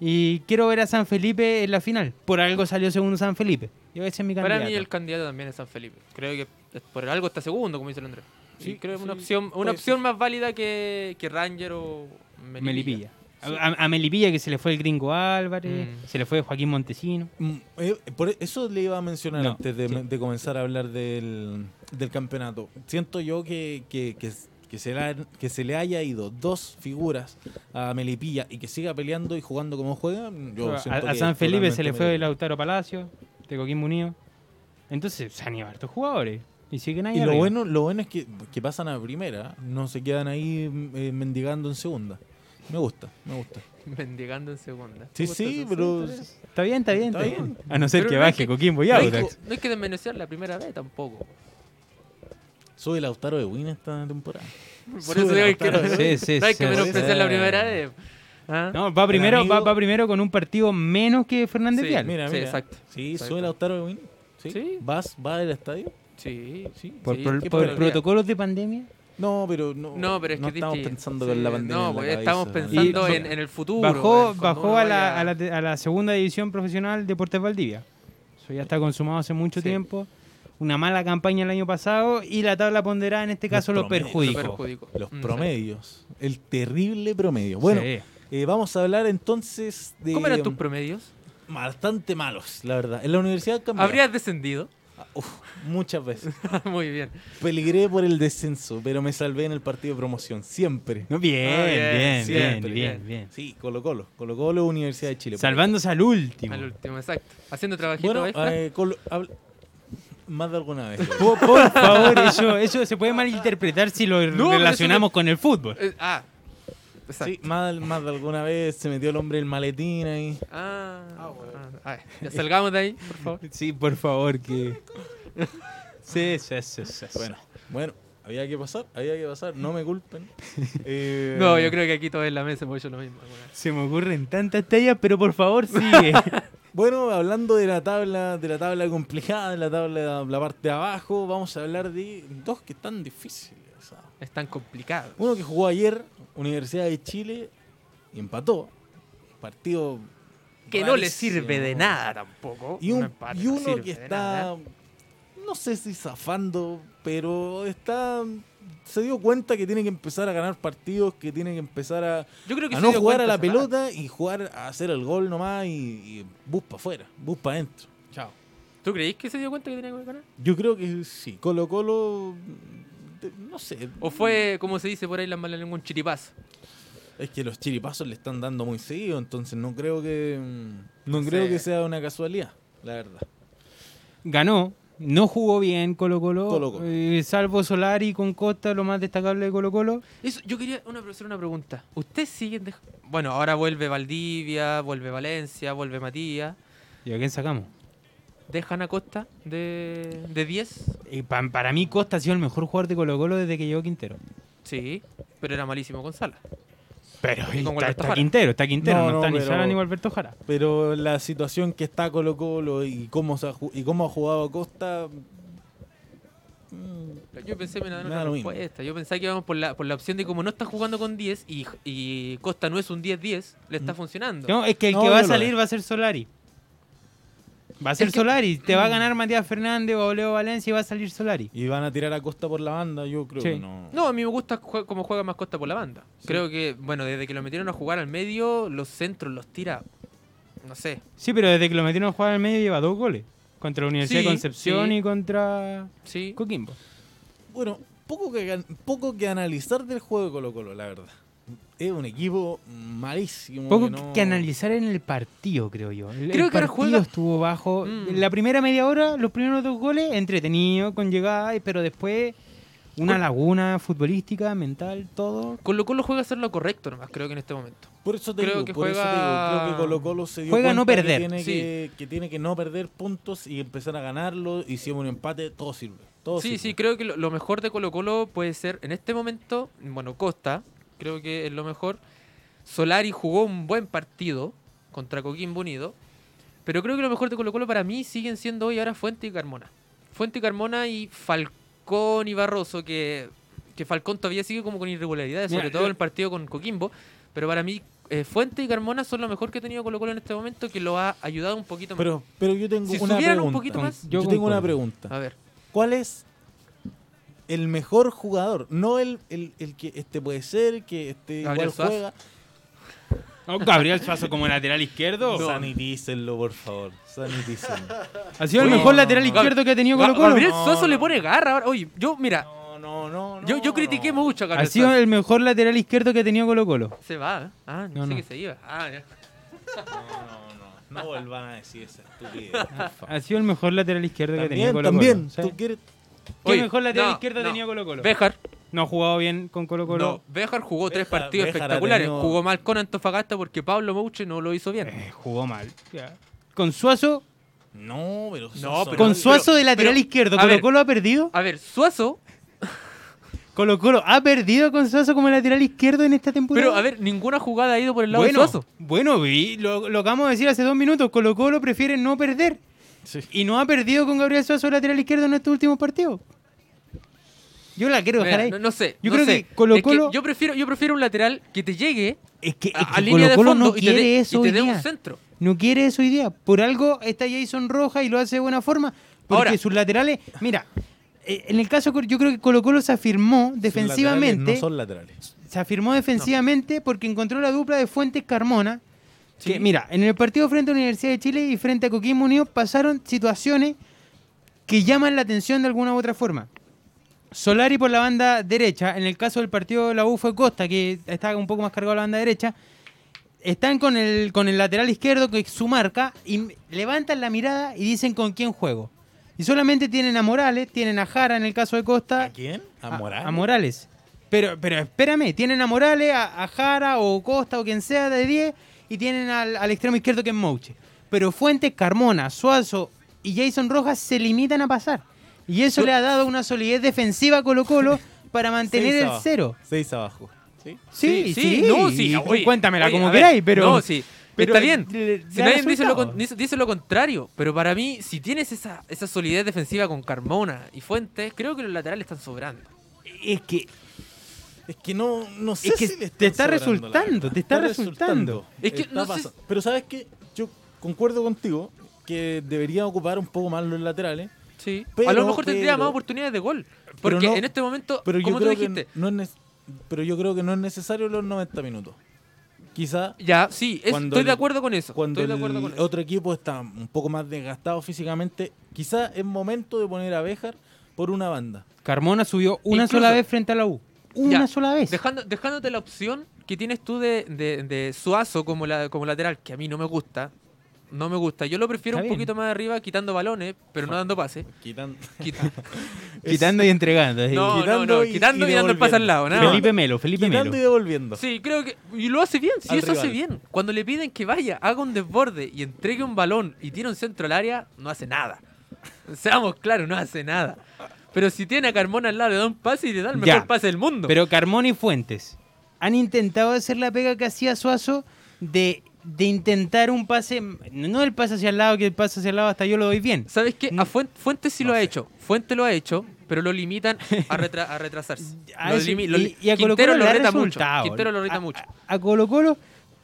S1: y quiero ver a San Felipe en la final, por algo salió segundo San Felipe, yo ese es mi
S3: Para
S1: candidato.
S3: mí el candidato también es San Felipe. Creo que es- por algo está segundo, como dice el Andrés.
S2: Sí,
S3: Sí, creo que es una
S2: sí,
S3: opción,
S2: puede
S3: una opción más válida que, que Ranger o Melipilla.
S1: Melipilla. A, a Melipilla que se le fue el gringo Álvarez,
S3: Mm.
S1: se le fue Joaquín Montesino.
S2: Mm, eh, por eso le iba a mencionar
S1: No,
S2: antes de,
S1: sí.
S2: de comenzar a hablar del, del campeonato. Siento yo que, que- que- que se le ha- que se le haya ido dos figuras a Melipilla y que siga peleando y jugando como juega. Yo
S1: a,
S2: siento
S1: a
S2: que
S1: San
S2: es
S1: Felipe se le
S2: totalmente
S1: fue
S2: Melipilla.
S1: Lautaro Palacio, de Coquimbo Unido. Entonces se han ido hartos jugadores. Y siguen ahí.
S2: Y lo
S1: arriba.
S2: bueno, lo bueno es que, que pasan a primera, no se quedan ahí mm, eh, mendigando en segunda. Me gusta, me gusta.
S3: Mendigando en segunda.
S2: Sí,
S3: Puta,
S2: sí,
S3: eso
S2: pero
S3: está bien.
S1: Está bien, está bien, está,
S2: Está
S1: bien. A no ser
S3: Pero
S1: que
S3: no hay
S1: baje
S3: que-
S1: Coquimbo y
S3: No hay,
S1: Audax.
S3: que- no hay que desmerecer la primera vez tampoco.
S2: soy el Lautaro de Win esta temporada.
S3: Por
S2: Sube
S3: eso
S2: la
S3: digo que no,
S2: octava, ¿no?
S1: Sí, sí,
S3: no hay
S1: sí,
S3: que menospreciar
S2: sí.
S3: la primera vez. ¿Ah?
S1: No, va primero,
S2: amigo-
S1: va, va primero con un partido menos que Fernández
S3: Sí,
S1: Vial.
S2: Mira,
S3: Sí,
S2: mira.
S3: exacto.
S2: Sí,
S3: Exacto.
S2: soy el Lautaro de Win. ¿Sí?
S3: Sí.
S2: ¿Vas, ¿Vas al estadio?
S3: Sí, sí.
S1: por
S3: sí,
S1: por- por
S3: qué probabilidad.
S1: protocolos de pandemia.
S2: No, pero no.
S3: No, pero es que
S2: estamos
S3: distinto.
S2: pensando
S3: Sí,
S2: con la pandemia.
S3: No,
S2: en la
S3: pues,
S2: cabeza,
S3: estamos
S2: ¿no?
S3: pensando
S1: Y-
S3: en, en el futuro.
S1: Bajó,
S3: en eh, cuando
S1: bajó
S3: uno
S1: a, la,
S3: vaya-
S1: a, la, te- a la segunda división profesional Deportes Valdivia. Eso ya está consumado hace mucho
S3: Sí.
S1: tiempo. Una mala campaña el año pasado y la tabla ponderada en este caso lo
S2: promedio.
S3: lo
S1: perjudica.
S3: perjudicó.
S2: Los
S3: Mm,
S2: promedios. El terrible promedio. Bueno,
S1: Sí.
S2: eh, vamos a hablar entonces de.
S3: ¿Cómo eran tus promedios?
S2: Bastante malos, la verdad. En la universidad cambió.
S3: ¿Habrías descendido? <laughs>
S2: Uf, muchas veces.
S3: Muy bien.
S2: Peligré por el descenso, pero me salvé en el partido de promoción. Siempre.
S1: No, bien,
S3: Ah, bien,
S1: bien, bien,
S2: siempre,
S1: bien,
S3: bien.
S1: bien.
S2: Sí, Colo Colo. Colo Colo, Universidad de Chile.
S1: Salvándose al último.
S3: Al último, exacto. Haciendo trabajito
S2: Bueno,
S3: extra.
S2: eh, Colo- habla- más de alguna vez.
S1: Po- Por, favor, eso, eso se puede malinterpretar si lo
S3: pero eso
S1: relacionamos con el fútbol.
S3: Eh, ah. Exacto.
S2: Sí, más, más de alguna vez se metió el hombre el maletín ahí.
S3: Ah,
S4: Ah, bueno.
S3: ah, ah, ya salgamos de ahí, por favor.
S1: Sí, por favor, que. Sí, sí, sí, sí, sí.
S2: Bueno, bueno, había que pasar, había que pasar, no me culpen. Eh,
S3: No, yo creo que aquí todo en la mesa hemos hecho lo mismo. alguna vez.
S1: Se me ocurren tantas tallas, pero por favor, sigue.
S2: Bueno, hablando de la tabla, de la tabla complicada, de la tabla la parte de abajo, vamos a hablar de dos que están difíciles. o sea.
S3: Es tan complicado.
S2: Uno que jugó ayer, Universidad de Chile, y empató. Partido
S3: Que no le
S2: rarísimo.
S3: sirve de nada tampoco.
S2: Y, un-
S3: empate
S2: y
S3: no
S2: uno
S3: sirve
S2: que
S3: de nada.
S2: está, no sé si zafando, pero está se dio cuenta que tiene que empezar a ganar partidos, que tiene que empezar a,
S3: Yo creo que
S2: a
S3: se
S2: no
S3: dio
S2: jugar a
S3: cuenta
S2: la
S3: hace rato.
S2: pelota y jugar a hacer el gol nomás y, y bus para afuera, bus para adentro. Chao.
S3: ¿Tú creís que se dio cuenta que tenía que ganar?
S2: Yo creo que sí, Colo Colo, de- no sé.
S3: ¿O fue, como se dice por ahí, la mala lengua, un chiripazo?
S2: Es que los chiripazos le están dando muy seguido, entonces no creo que mm, no
S3: No
S2: creo
S3: sé.
S2: que sea una casualidad, la verdad.
S1: <laughs> Ganó. No jugó bien Colo Colo,
S2: Colo-Colo.
S1: eh, salvo Solari con Costa, lo más destacable de Colo Colo.
S3: Eso, yo quería una, hacer una pregunta. ¿Ustedes siguen dej- Bueno, ahora vuelve Valdivia, vuelve Valencia, vuelve Matías.
S1: ¿Y a quién sacamos?
S3: ¿Dejan a Costa de, de 10?
S1: Eh, pa- para mí Costa ha sido el mejor jugador de Colo Colo desde que llegó Quintero.
S3: Sí, pero era malísimo con Sala.
S1: Pero
S3: Y con
S1: está,
S3: Alberto
S1: está
S3: Jara.
S1: Quintero, está Quintero,
S2: No,
S1: no,
S2: no,
S1: está ni
S2: pero-
S1: Sala ni Alberto Jara.
S2: Pero la situación que está Colo Colo y cómo, se ha, ju- y cómo ha jugado Costa... mm,
S3: Yo pensé, me la dan
S2: Me
S3: una
S2: da lo mismo.
S3: respuesta. Yo pensaba que íbamos por la, por la opción de como no está jugando con 10 y, y Costa no es un 10-10, le
S2: Mm.
S3: está funcionando.
S1: No, es que el
S2: No,
S1: que va
S2: yo
S1: a
S2: lo
S1: salir
S2: veo.
S1: va a ser Solari. Va a ser
S3: que-
S1: Solari. Te va a ganar Matías Fernández o Leo Valencia y va a salir Solari.
S2: Y van a tirar a Costa por la banda, yo creo
S1: Sí.
S2: que no.
S3: No, a mí me gusta jue- cómo juega más Costa por la banda. Creo que, bueno, desde que lo metieron a jugar al medio, los centros los tira. No sé.
S1: Sí, pero desde que lo metieron a jugar al medio lleva dos goles. Contra la Universidad
S3: Sí,
S1: de Concepción
S3: sí.
S1: y contra
S3: Sí.
S1: Coquimbo.
S2: Bueno, poco que, gan- poco que analizar del juego de Colo Colo, la verdad. Es un equipo malísimo.
S1: Poco
S2: que, no-
S1: que analizar en el partido, creo yo. El, el
S3: Creo que ahora
S1: partido
S3: juega-
S1: estuvo bajo.
S3: Mm.
S1: La primera media hora, los primeros dos goles, entretenido, con llegada, pero después una
S3: Col-
S1: laguna futbolística, mental, todo.
S3: Colo Colo juega a hacer lo correcto nomás, creo que en este momento.
S2: Por eso te
S3: Creo
S2: digo,
S3: que
S2: por eso te
S3: juega-
S2: digo, creo que Colo Colo se dio
S1: Juega a
S2: cuenta
S1: no perder,
S2: Que tiene,
S3: sí.
S2: que, que tiene que no perder puntos y empezar a ganarlo. Hicimos un empate, todo sirve. Todo
S3: Sí,
S2: sirve.
S3: sí, creo que lo, lo mejor de Colo Colo puede ser en este momento, bueno, Costa, creo que es lo mejor. Solari jugó un buen partido contra Coquimbo Unido, pero creo que lo mejor de Colo Colo para mí siguen siendo hoy ahora Fuente y Carmona. Fuente y Carmona y Falcón y Barroso, que, que Falcón todavía sigue como con irregularidades, sobre
S1: Mira,
S3: todo
S1: yo-
S3: en el partido con Coquimbo, pero para mí eh, Fuente y Carmona son lo mejor que ha tenido Colo Colo en este momento, que lo ha ayudado un poquito más.
S2: Pero, pero yo tengo
S3: Si
S2: una
S3: subieran
S2: pregunta.
S3: un poquito más-
S2: Yo,
S1: Yo
S2: tengo una
S1: concuerdo.
S2: pregunta.
S3: A ver,
S2: ¿Cuál es el mejor jugador? No el, el, el que este puede ser, que este
S3: Gabriel
S2: igual
S3: Suazo.
S2: juega.
S3: Oh,
S1: Gabriel Suazo como lateral izquierdo.
S2: Sanitícenlo, por favor.
S3: <laughs>
S2: Sanitícenlo.
S1: Ha sido el
S3: Oye,
S1: mejor
S2: no,
S1: lateral
S2: no, no.
S1: izquierdo que ha tenido
S3: Ga-
S1: Colo Colo.
S3: Gabriel
S2: No,
S3: Suazo le
S2: no.
S3: pone garra ahora. Oye, yo, mira,
S2: No, no, no.
S3: yo, yo
S2: no,
S3: critiqué
S2: no.
S3: mucho a
S1: Ha
S3: Gabriel
S1: sido
S3: Suazo.
S1: el mejor lateral izquierdo que ha tenido Colo Colo.
S3: Se va, ¿eh? Ah, no,
S1: No,
S3: sé
S1: no.
S3: que se iba. Ah, ya.
S2: No, no, no. No vuelvan a decir esa estupidez. por favor.
S1: Ha sido el mejor lateral izquierdo que ha tenido
S2: También,
S1: Colo Colo.
S2: también.
S1: ¿sí?
S2: Tú quieres.
S1: ¿Qué
S3: Oye,
S1: mejor lateral
S3: no,
S1: izquierdo
S3: no.
S1: ha tenido Colo Colo?
S3: Béjar,
S1: No ha jugado bien con Colo
S3: no,
S1: Colo.
S3: Béjar jugó tres
S2: Béjar-
S3: partidos
S2: Béjar ha
S3: espectaculares.
S2: tenido-
S3: Jugó mal con Antofagasta porque Pablo Mouche no lo hizo bien.
S1: Eh, jugó mal. Ya. Con Suazo,
S2: No, pero.
S3: No, pero-
S1: con Suazo de lateral
S3: pero,
S1: izquierdo,
S3: a
S1: Colo
S3: ver. Ah.
S1: Colo ha perdido.
S3: A ver, Suazo,
S1: Colo Colo ha perdido con Suazo como lateral izquierdo en esta temporada.
S3: pero a ver, ninguna jugada ha ido por el lado
S1: bueno,
S3: de Suazo.
S1: bueno, vi, lo, lo acabamos de decir hace dos minutos. Colo Colo prefiere no perder.
S2: Sí.
S1: Y no ha perdido con Gabriel Suazo lateral izquierdo en estos últimos partidos. Yo la quiero dejar
S3: Mira,
S1: ahí.
S3: no, no sé.
S1: Yo
S3: no
S1: creo
S3: sé.
S1: que Colo
S3: Es que
S1: Colo-
S3: yo, prefiero, yo prefiero un lateral que te llegue
S1: Es que, es
S3: a, a
S1: que Colo
S3: línea
S1: Colo
S3: de fondo
S1: no
S3: y te
S1: quiere
S3: dé-
S1: eso
S3: y te
S1: hoy
S3: dé un
S1: día.
S3: centro.
S1: No quiere eso hoy día. Por algo está Jason Roja y lo hace de buena forma. Porque
S3: Ahora.
S1: sus laterales. Mira, eh, en el caso, yo creo que Colo Colo se afirmó defensivamente.
S2: No son laterales.
S1: Se afirmó defensivamente porque encontró la dupla de Fuentes Carmona.
S3: Sí.
S1: Que mira, en el partido frente a la Universidad de Chile y frente a Coquimbo Unido pasaron situaciones que llaman la atención de alguna u otra forma. Solari por la banda derecha, en el caso del partido de la U fue Costa, que estaba un poco más cargado a la banda derecha. Están con el, con el lateral izquierdo, que es su marca, y m- levantan la mirada y dicen con quién juego. Y solamente tienen a Morales, tienen a Jara en el caso de Costa,
S2: ¿A quién? A Morales.
S1: a Morales. Pero, pero espérame, tienen a Morales, a, a Jara o Costa o quien sea de 10 y tienen al, al extremo izquierdo que es Mouche. Pero Fuentes, Carmona, Suazo y Jason Rojas se limitan a pasar. Y eso le ha dado una solidez defensiva a Colo
S3: <laughs>
S1: Colo para mantener
S2: Seis
S1: el
S2: abajo.
S1: cero.
S2: Seis abajo. ¿Sí?
S1: Sí, sí,
S3: no, sí. oye,
S1: cuéntamela
S3: oye,
S1: como
S3: a ver,
S1: queráis, pero...
S3: No, sí.
S1: pero
S3: está bien.
S1: le- le
S3: Si
S1: da
S3: nadie dice lo,
S1: resultado.
S3: con- dice, dice lo contrario, pero para mí, si tienes esa, esa solidez defensiva con Carmona y Fuentes, creo que los laterales están sobrando.
S1: Es que,
S2: Es que no, no sé
S1: es que
S2: si le
S1: te está
S2: están sobrando, la
S1: resultando,
S2: verdad.
S1: te está resultando.
S3: Es que
S2: Está
S3: no sé-
S2: pasando. Pero sabes que yo concuerdo contigo que deberían ocupar un poco más los laterales.
S3: Sí. a
S2: Pero-
S3: lo mejor tendría
S2: pero-
S3: más oportunidades de gol. Porque
S2: no-
S3: en este momento,
S2: Pero yo
S3: como tú
S2: creo
S3: dijiste,
S2: que no es nec- pero yo creo que no es necesario los 90 minutos. Quizá
S3: ya, sí, es-
S2: Cuando
S3: estoy de
S2: el-
S3: acuerdo con eso.
S2: cuando
S3: Estoy de acuerdo
S2: el
S3: con eso.
S2: otro equipo está un poco más desgastado físicamente, quizá es momento de poner a Béjar por una banda.
S1: Carmona subió una
S3: Incluso-
S1: sola vez frente a la U. Una
S3: Ya,
S1: sola vez.
S3: Dejando, dejándote la opción que tienes tú de, de, de Suazo como, la, como lateral, que a mí no me gusta. No me gusta. Yo lo prefiero
S1: Está
S3: un
S1: bien.
S3: poquito más arriba, quitando balones, pero no dando pases.
S2: Quitando,
S3: Quita-
S1: Quitando y entregando. así.
S3: <laughs> No, no,
S2: quitando
S3: no,
S2: y-
S3: quitando
S2: y
S3: y dando el pase al lado,
S2: devolviendo.
S3: nada
S1: Felipe Melo, Felipe
S2: quitando
S1: Melo.
S2: y devolviendo.
S3: Sí, creo que. Y lo hace bien, sí,
S2: Al
S3: eso hace
S2: rival.
S3: bien. Cuando le piden que vaya, haga un desborde y entregue un balón y tire un centro al área, no hace nada. <laughs> Seamos claros, no hace nada. Pero si tiene a Carmona al lado, le da un pase y le da el
S1: Ya,
S3: mejor pase del mundo.
S1: Pero Carmona y Fuentes han intentado hacer la pega que hacía Suazo de, de intentar un pase, no el pase hacia el lado, que el pase hacia el lado hasta yo lo doy bien.
S3: ¿Sabes qué?
S1: Mm.
S3: A Fuentes sí
S2: No
S3: lo ha
S2: sé.
S3: hecho. Fuente lo ha hecho, pero lo limitan a, retra- a retrasarse.
S1: <laughs> A
S3: Lo
S1: eso-
S3: limi- lo
S1: y-
S3: li-
S1: y a Colo
S3: Quintero
S1: Colo
S3: lo
S1: le ha
S3: reta mucho.
S1: resultado.
S3: Quintero lo reta
S1: A-
S3: mucho.
S1: A, a Colo Colo,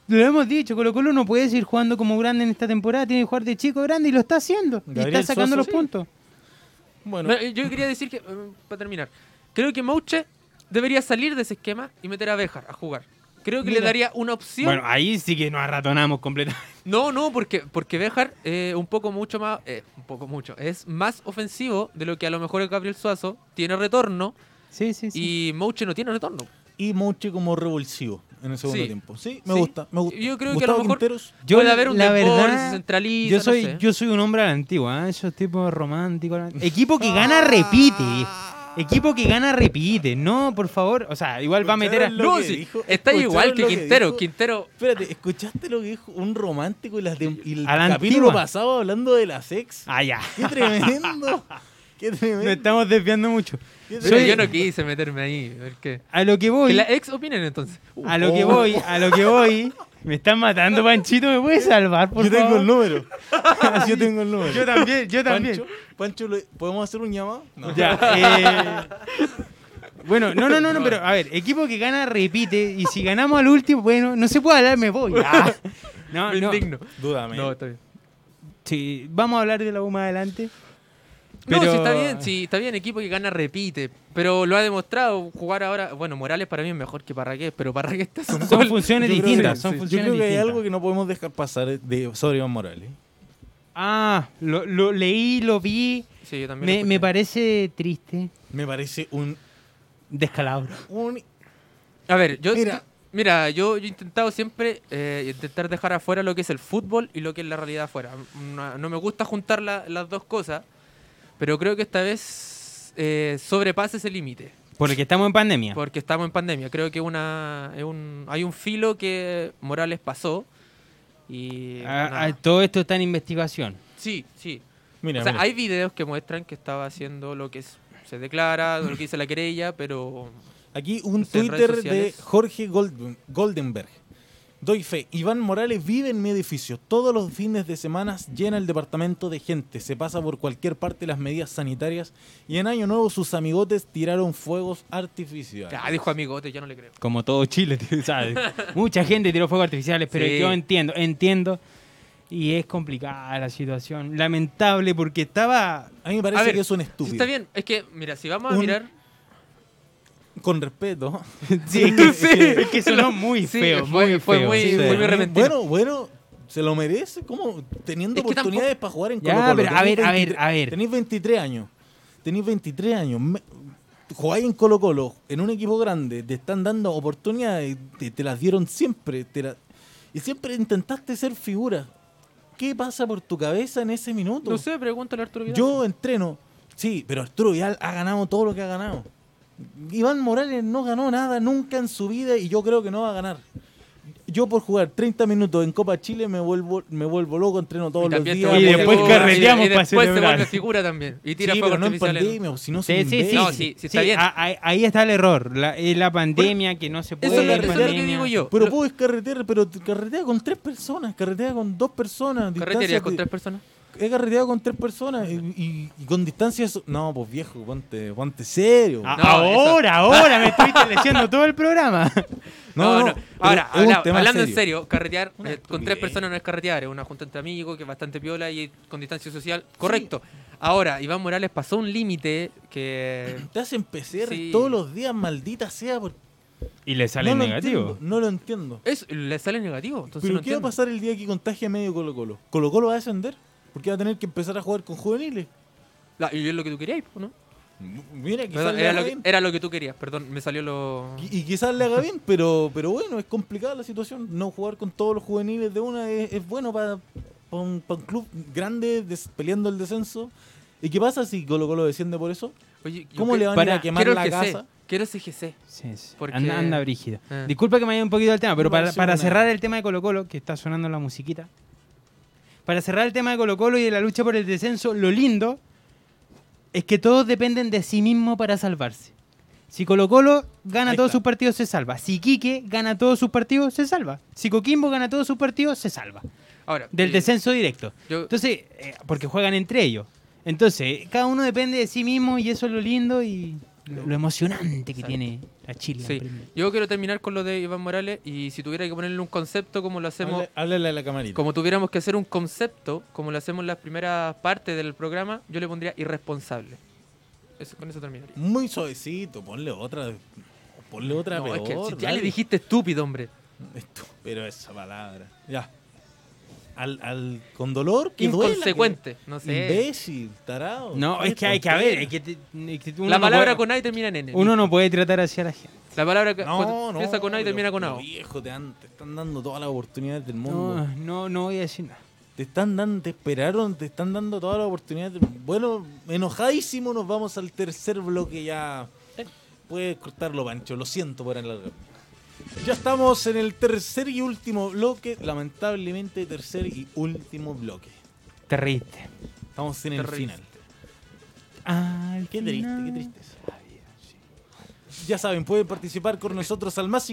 S1: lo hemos dicho, Colo Colo no puede seguir jugando como grande en esta temporada, tiene que jugar de chico grande y lo está haciendo. y
S2: Gabriel
S1: está sacando
S2: Suazo,
S1: los
S2: sí.
S1: puntos.
S2: Bueno,
S3: Me- eh, Yo quería decir que, mm, para terminar, creo que Mouche debería salir de ese esquema y meter a Bejar a jugar. Creo que le
S1: Mira.
S3: daría una opción.
S1: Bueno, ahí sí que nos arratonamos completamente.
S3: <laughs> No, no, porque, porque Béjar eh, un poco mucho más, eh, un poco mucho, es más ofensivo de lo que a lo mejor el Gabriel Suazo tiene retorno
S1: Sí, sí, sí.
S3: y Mouche no tiene retorno.
S2: Y Moche como revulsivo en el segundo
S3: Sí.
S2: tiempo. Sí, me
S3: Sí.
S2: gusta, me gusta.
S3: Yo creo que a
S2: Gustavo
S3: lo mejor-
S2: Quinteros,
S1: Yo,
S3: Puede haber un
S1: la
S3: deporte,
S1: verdad,
S3: se centraliza,
S1: yo
S3: no
S1: soy,
S3: sé.
S1: yo soy un hombre a la antigua, ¿eh? esos tipos románticos.
S3: <laughs>
S1: la- Equipo que gana repite. Equipo que gana repite. No, por favor. O sea, igual va a meter a...
S2: Lo
S3: No,
S2: que
S3: sí,
S2: dijo-
S3: está
S2: escucharon
S3: igual que
S2: lo que
S3: Quintero.
S2: dijo.
S3: Quintero,
S2: Espérate, ¿escuchaste lo que dijo un romántico y, las de- y el
S1: A la
S2: capítulo
S1: antigua.
S2: pasado hablando de la sex?
S1: Ah, ya.
S2: <laughs> ¡Qué tremendo!
S3: <laughs>
S1: <laughs>
S2: ¡Qué
S1: Nos
S2: tremendo!
S1: estamos desviando mucho.
S2: Yo
S3: pero
S1: Soy-
S3: yo no quise meterme ahí. Porque...
S1: A lo que
S3: Que
S1: voy...
S3: la ex opinen entonces. Uh,
S1: A lo que
S2: Oh.
S1: voy, a lo que voy. Me están matando, Panchito. ¿Me puedes salvar, por
S2: Yo tengo
S1: favor?
S2: el número. <laughs> Yo tengo el número.
S1: Yo también, yo también.
S2: Pancho, Pancho, ¿lo- ¿podemos hacer un llamado? No.
S1: Ya, eh, Bueno, no, no, no, no, pero a ver, equipo que gana repite y si ganamos al último, bueno, no se puede hablar, me
S2: <laughs>
S1: voy. Ah, No,
S3: me
S1: no.
S3: indigno.
S2: Dúdame.
S3: No, está bien.
S1: Sí, vamos a hablar de la U más adelante.
S3: No,
S1: Pero-
S3: sí está bien, sí está bien, equipo que gana repite, pero lo ha demostrado jugar ahora, bueno, Morales para mí es mejor que Parragués, pero Parragués está
S1: Son,
S3: un
S1: son
S3: gol.
S1: funciones
S2: Yo creo
S1: distintas,
S2: que-
S1: son
S2: sí. Yo
S1: funciones
S2: creo que hay
S1: distintas.
S2: algo que no podemos dejar pasar de, sobre Iván Morales.
S1: Ah, lo, lo leí, lo vi,
S3: Sí,
S2: Ah,
S3: yo también.
S1: me,
S2: pues
S3: lo
S1: me
S3: escuché.
S1: parece triste,
S2: Me parece un...
S1: descalabro.
S2: un-
S3: A ver, yo
S2: Mira.
S3: mira, yo, yo he intentado siempre eh, intentar dejar afuera lo que es el fútbol y lo que es la realidad afuera. No, no me gusta juntar la- las dos cosas, pero creo que esta vez eh, sobrepasa ese límite.
S1: Porque estamos en pandemia.
S3: Porque estamos en pandemia. Creo que una, es un, hay un filo que Morales pasó. Y.
S1: Ah,
S3: nada.
S1: ah, todo esto está en investigación.
S3: sí, sí.
S2: Mira,
S3: o sea,
S2: mira.
S3: hay videos que muestran que estaba haciendo lo que es- se declara, lo que dice la querella, pero.
S2: Aquí un
S3: No sé, Este, redes
S2: Twitter de
S3: sociales.
S2: Jorge Gold- Goldenberg. Doy fe, Iván Morales vive en mi edificio. Todos los fines de semana llena el departamento de gente. Se pasa por cualquier parte las medidas sanitarias. Y en Año Nuevo sus amigotes tiraron fuegos artificiales.
S3: Ah, dijo amigote, yo no le creo.
S1: Como todo Chile, <laughs> tío, ¿sabes? Mucha gente tiró fuegos artificiales, pero
S3: Sí.
S1: yo entiendo, entiendo. Y es complicada la situación. Lamentable porque estaba...
S2: A mí me parece
S3: A ver,
S2: que es un
S3: Sí,
S2: estúpido.
S3: está bien, es que, mira, si vamos a
S2: Un-
S3: mirar.
S2: Con respeto.
S1: Sí, es que,
S3: <laughs> Sí.
S1: es que sonó muy
S3: Sí,
S1: feo,
S3: fue-
S1: muy
S3: fue
S1: feo.
S3: muy- Sí,
S2: Sí. pues.
S3: muy repentino.
S2: Bueno, bueno, se lo merece. como Teniendo
S3: Es que
S2: oportunidades para jugar en
S1: Ya,
S2: Colo Colo.
S1: pero a ver, a ver, a ver.
S2: Tenéis 23 años. Tenéis 23 años. Me- Jugáis en Colo Colo, en un equipo grande, te están dando oportunidades, te, te las dieron siempre. te la- y siempre intentaste ser figura. ¿Qué pasa por tu cabeza en ese minuto?
S3: No sé, pregúntale a Arturo Vidal.
S2: Yo entreno, sí, pero Arturo Vidal ha ganado todo lo que ha ganado. Iván Morales no ganó nada nunca en su vida y yo creo que no va a ganar. Yo por jugar 30 minutos en Copa Chile me vuelvo, me vuelvo loco, entreno todos
S3: Y
S2: los
S3: también
S2: días.
S3: se
S1: Y
S2: voy a-
S3: vuelve
S1: después
S3: figura,
S1: carreteamos
S3: y
S1: para
S3: después se
S1: celebrar.
S3: vuelve figura también. Y tira
S2: Sí,
S3: fuegos
S2: pero no en
S3: artificiales.
S2: pandemia, si no soy
S1: Sí,
S2: un
S1: sí, sí.
S2: imbécil.
S3: No, sí, sí, está
S1: Sí,
S3: bien.
S1: a- a- ahí está el error. La, eh, la pandemia que no se puede...
S3: Eso, es lo-
S1: la
S3: eso es lo que
S1: pandemia.
S3: digo yo.
S2: Pero
S3: Lo-
S2: puedes carretear, pero te- carretea con tres personas, carretea con dos personas.
S3: ¿Carreterías
S2: distancias
S3: con
S2: de-
S3: tres personas?
S2: He carreteado con tres personas y, y- y con distancias... No, pues viejo, ponte, ponte serio.
S1: A-
S3: No,
S1: ahora, ahora
S3: <laughs>
S1: me estuviste leyendo todo el programa.
S3: No, no. Ahora,
S2: pero es un
S3: habla-
S2: tema
S3: hablando en serio, carretear
S2: Una
S3: eh, con tres
S2: estupidez.
S3: personas no es carretear, es una junta entre amigos que es bastante piola y con distancia social. Correcto. Ahora, Iván Morales pasó un límite que.
S2: Te hacen PCR
S3: Sí.
S2: todos los días, maldita sea. Porque
S1: Y le sale
S2: no
S1: negativo.
S2: Lo entiendo, no lo entiendo.
S3: Es, le sale negativo. Entonces
S2: Pero
S3: no
S2: ¿qué va a
S3: entiendo.
S2: pasar el día que contagie medio Colo Colo? ¿Colo Colo va a descender? Porque va a tener que empezar a jugar con juveniles.
S3: La- y es lo que tú querías, ¿no?
S2: M- Mira, quizás
S3: Perdón,
S2: le
S3: Era
S2: haga
S3: lo, que,
S2: bien.
S3: era lo que tú querías, perdón, me salió lo.
S2: Y y quizás le haga bien, pero, pero bueno, es complicada la situación. No jugar con todos los juveniles de una es, es bueno para un, pa' un club grande des- peleando el descenso. ¿Y qué pasa si Colo Colo desciende por eso?
S3: Oye, yo
S2: ¿Cómo
S3: que-
S2: le van a ir a
S1: para-
S2: quemar
S3: quiero
S2: la
S3: el GC,
S2: casa?
S3: Quiero ese GC.
S1: Sí, sí.
S3: Porque-
S1: Anda, anda brígido.
S3: Ah.
S1: Disculpa que me haya un poquito del tema, pero
S2: No,
S1: para,
S2: sí,
S1: para
S2: una-
S1: cerrar el tema de Colo Colo, que está sonando la musiquita, para cerrar el tema de Colo Colo y de la lucha por el descenso, lo lindo es que todos dependen de sí mismo para salvarse. Si Colo Colo gana
S2: Ahí
S1: todos
S2: está.
S1: sus partidos, se salva. Si Quique gana todos sus partidos, se salva. Si Coquimbo gana todos sus partidos, se salva.
S3: Ahora,
S1: Del
S3: eh,
S1: descenso directo.
S3: yo-
S1: Entonces, eh, porque juegan entre ellos. Entonces, cada uno depende de sí mismo y eso es lo lindo y lo, lo emocionante que
S3: Exacto.
S1: tiene la Chile.
S3: sí.
S1: Premier.
S3: Yo quiero terminar con lo de Iván Morales y si tuviera que ponerle un concepto como lo hacemos
S2: Háblale- Háblale a la camarita.
S3: Como tuviéramos que hacer un concepto, como lo hacemos en las primeras partes del programa, yo le pondría irresponsable. Eso, con eso terminaría.
S2: Muy suavecito, ponle otra. Ponle otra
S3: No,
S2: peor.
S3: es que si ya
S2: <laughs> dale.
S3: le dijiste estúpido, hombre.
S2: Esto- Pero esa palabra. Ya. al, al con dolor que duela, que-
S3: Inconsecuente, no sé.
S2: Imbécil, tarado.
S1: No, es que hay que haber. Es que te- es que uno
S3: La
S1: no puede-
S3: palabra con A y termina en N.
S1: Uno no puede tratar así a la gente.
S3: La palabra que
S2: No, no.
S3: empieza con A y termina con A.
S2: pero Viejo, te, dan- te están dando todas las oportunidades del mundo.
S1: No, no, no voy a decir nada.
S2: Te están dando, te esperaron, te están dando todas las oportunidades. del- Bueno, enojadísimo, nos vamos al tercer bloque ya. Puedes cortarlo, Pancho, lo siento por alargarme. Ya estamos en el tercer y último bloque, lamentablemente tercer y último bloque.
S1: Te reíste.
S2: Estamos en
S3: Te
S2: el
S3: reíste.
S2: final.
S1: Al
S2: Qué triste,
S1: final.
S2: qué tristeza. Ya saben, pueden participar con nosotros al más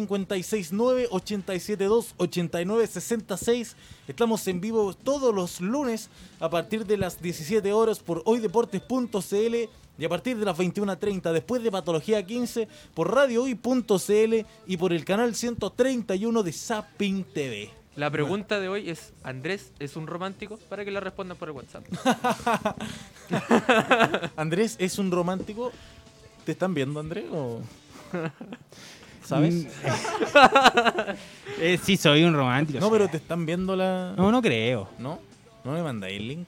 S2: 569-872-8966. Estamos en vivo todos los lunes a partir de las 17 horas por hoydeportes.cl y a partir de las 21.30 después de Patología 15 por radiohoy.cl y por el canal 131 de Zapping TV.
S3: La pregunta de hoy es, ¿Andrés es un romántico? Para que la respondan por
S1: <laughs>
S3: el WhatsApp.
S2: Andrés es un romántico. ¿Te están viendo, Andrés? o- ¿Sabes?
S1: Mm, Eh, <laughs> sí, soy un romántico.
S2: No,
S1: sí.
S2: pero te están viendo la...
S1: No, no creo.
S2: ¿No? ¿No me mandáis el link?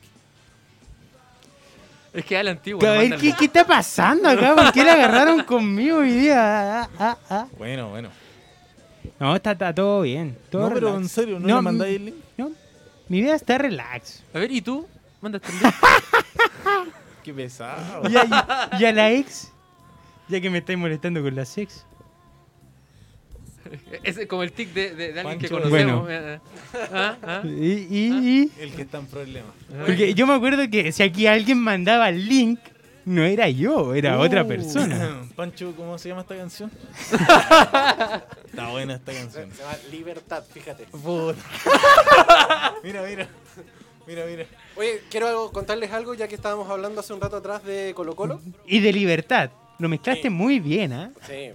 S3: Es que es la antigua.
S1: a
S3: no
S1: ver,
S3: mandan
S1: ¿qué,
S3: nada.
S1: ¿qué está pasando acá? ¿Por qué la agarraron conmigo hoy día? Ah, ah, ah.
S2: Bueno, bueno.
S1: No, está, está todo bien. Todo
S2: no, pero
S1: relax.
S2: en serio, ¿no,
S1: No, mm.
S2: le mandáis el link?
S1: No, mi vida está
S2: <laughs>
S1: relax.
S3: A ver, ¿y tú? Mandaste
S1: <laughs>
S3: el
S2: Qué pesado.
S1: ¿Y a, y a la ex? Ya que me estáis molestando con las ex.
S3: link. E-, Es como el tic de, de- de alguien que
S2: Pancho,
S3: conocemos.
S1: bueno.
S3: Eh, eh. Ah,
S1: <laughs>
S3: ah.
S1: Y, y- y-
S2: El que está en problema.
S1: Porque yo me acuerdo que si aquí alguien mandaba el link, no era yo, era otra
S2: <laughs>
S3: Uh.
S1: persona.
S2: <coughs> Pancho, ¿cómo se llama esta
S1: <laughs>
S2: canción? está buena esta
S4: Se,
S2: canción.
S4: se llama Libertad, fíjate.
S2: Puta. mira, mira. Mira, mira.
S4: Oye, quiero algo- contarles algo ya que estábamos hablando hace un rato atrás de Colo Colo.
S1: Y de libertad. Lo mezclaste muy bien, ¿ah?
S4: Sí,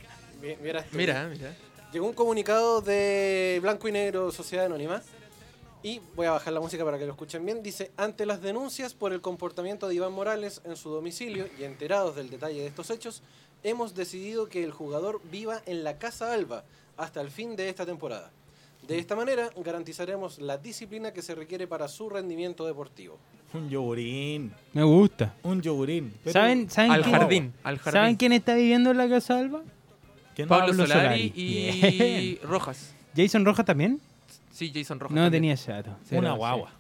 S4: vi- vieras tú.
S3: Mira, mira.
S4: Llegó un comunicado de Blanco y Negro, Sociedad Anónima. Y voy a bajar la música para que lo escuchen bien. Dice, ante las denuncias por el comportamiento de Iván Morales en su domicilio y enterados del detalle de estos hechos, hemos decidido que el jugador viva en la Casa Alba hasta el fin de esta temporada. De esta manera garantizaremos la disciplina que se requiere para su rendimiento deportivo.
S2: Un yogurín.
S1: Me gusta.
S2: Un yogurín. Pero-
S1: ¿Saben, saben
S3: Al
S1: quién-
S3: jardín, al jardín.
S1: ¿Saben quién está viviendo en la Casa Alba?
S2: ¿Quién?
S3: Pablo,
S1: Pablo
S3: Solari,
S1: Solari.
S3: y Rojas.
S1: ¿Jason Roja también?
S3: Sí, Jason Rojas.
S1: No
S3: también.
S1: tenía ese dato.
S2: Una
S1: Pero,
S2: guagua.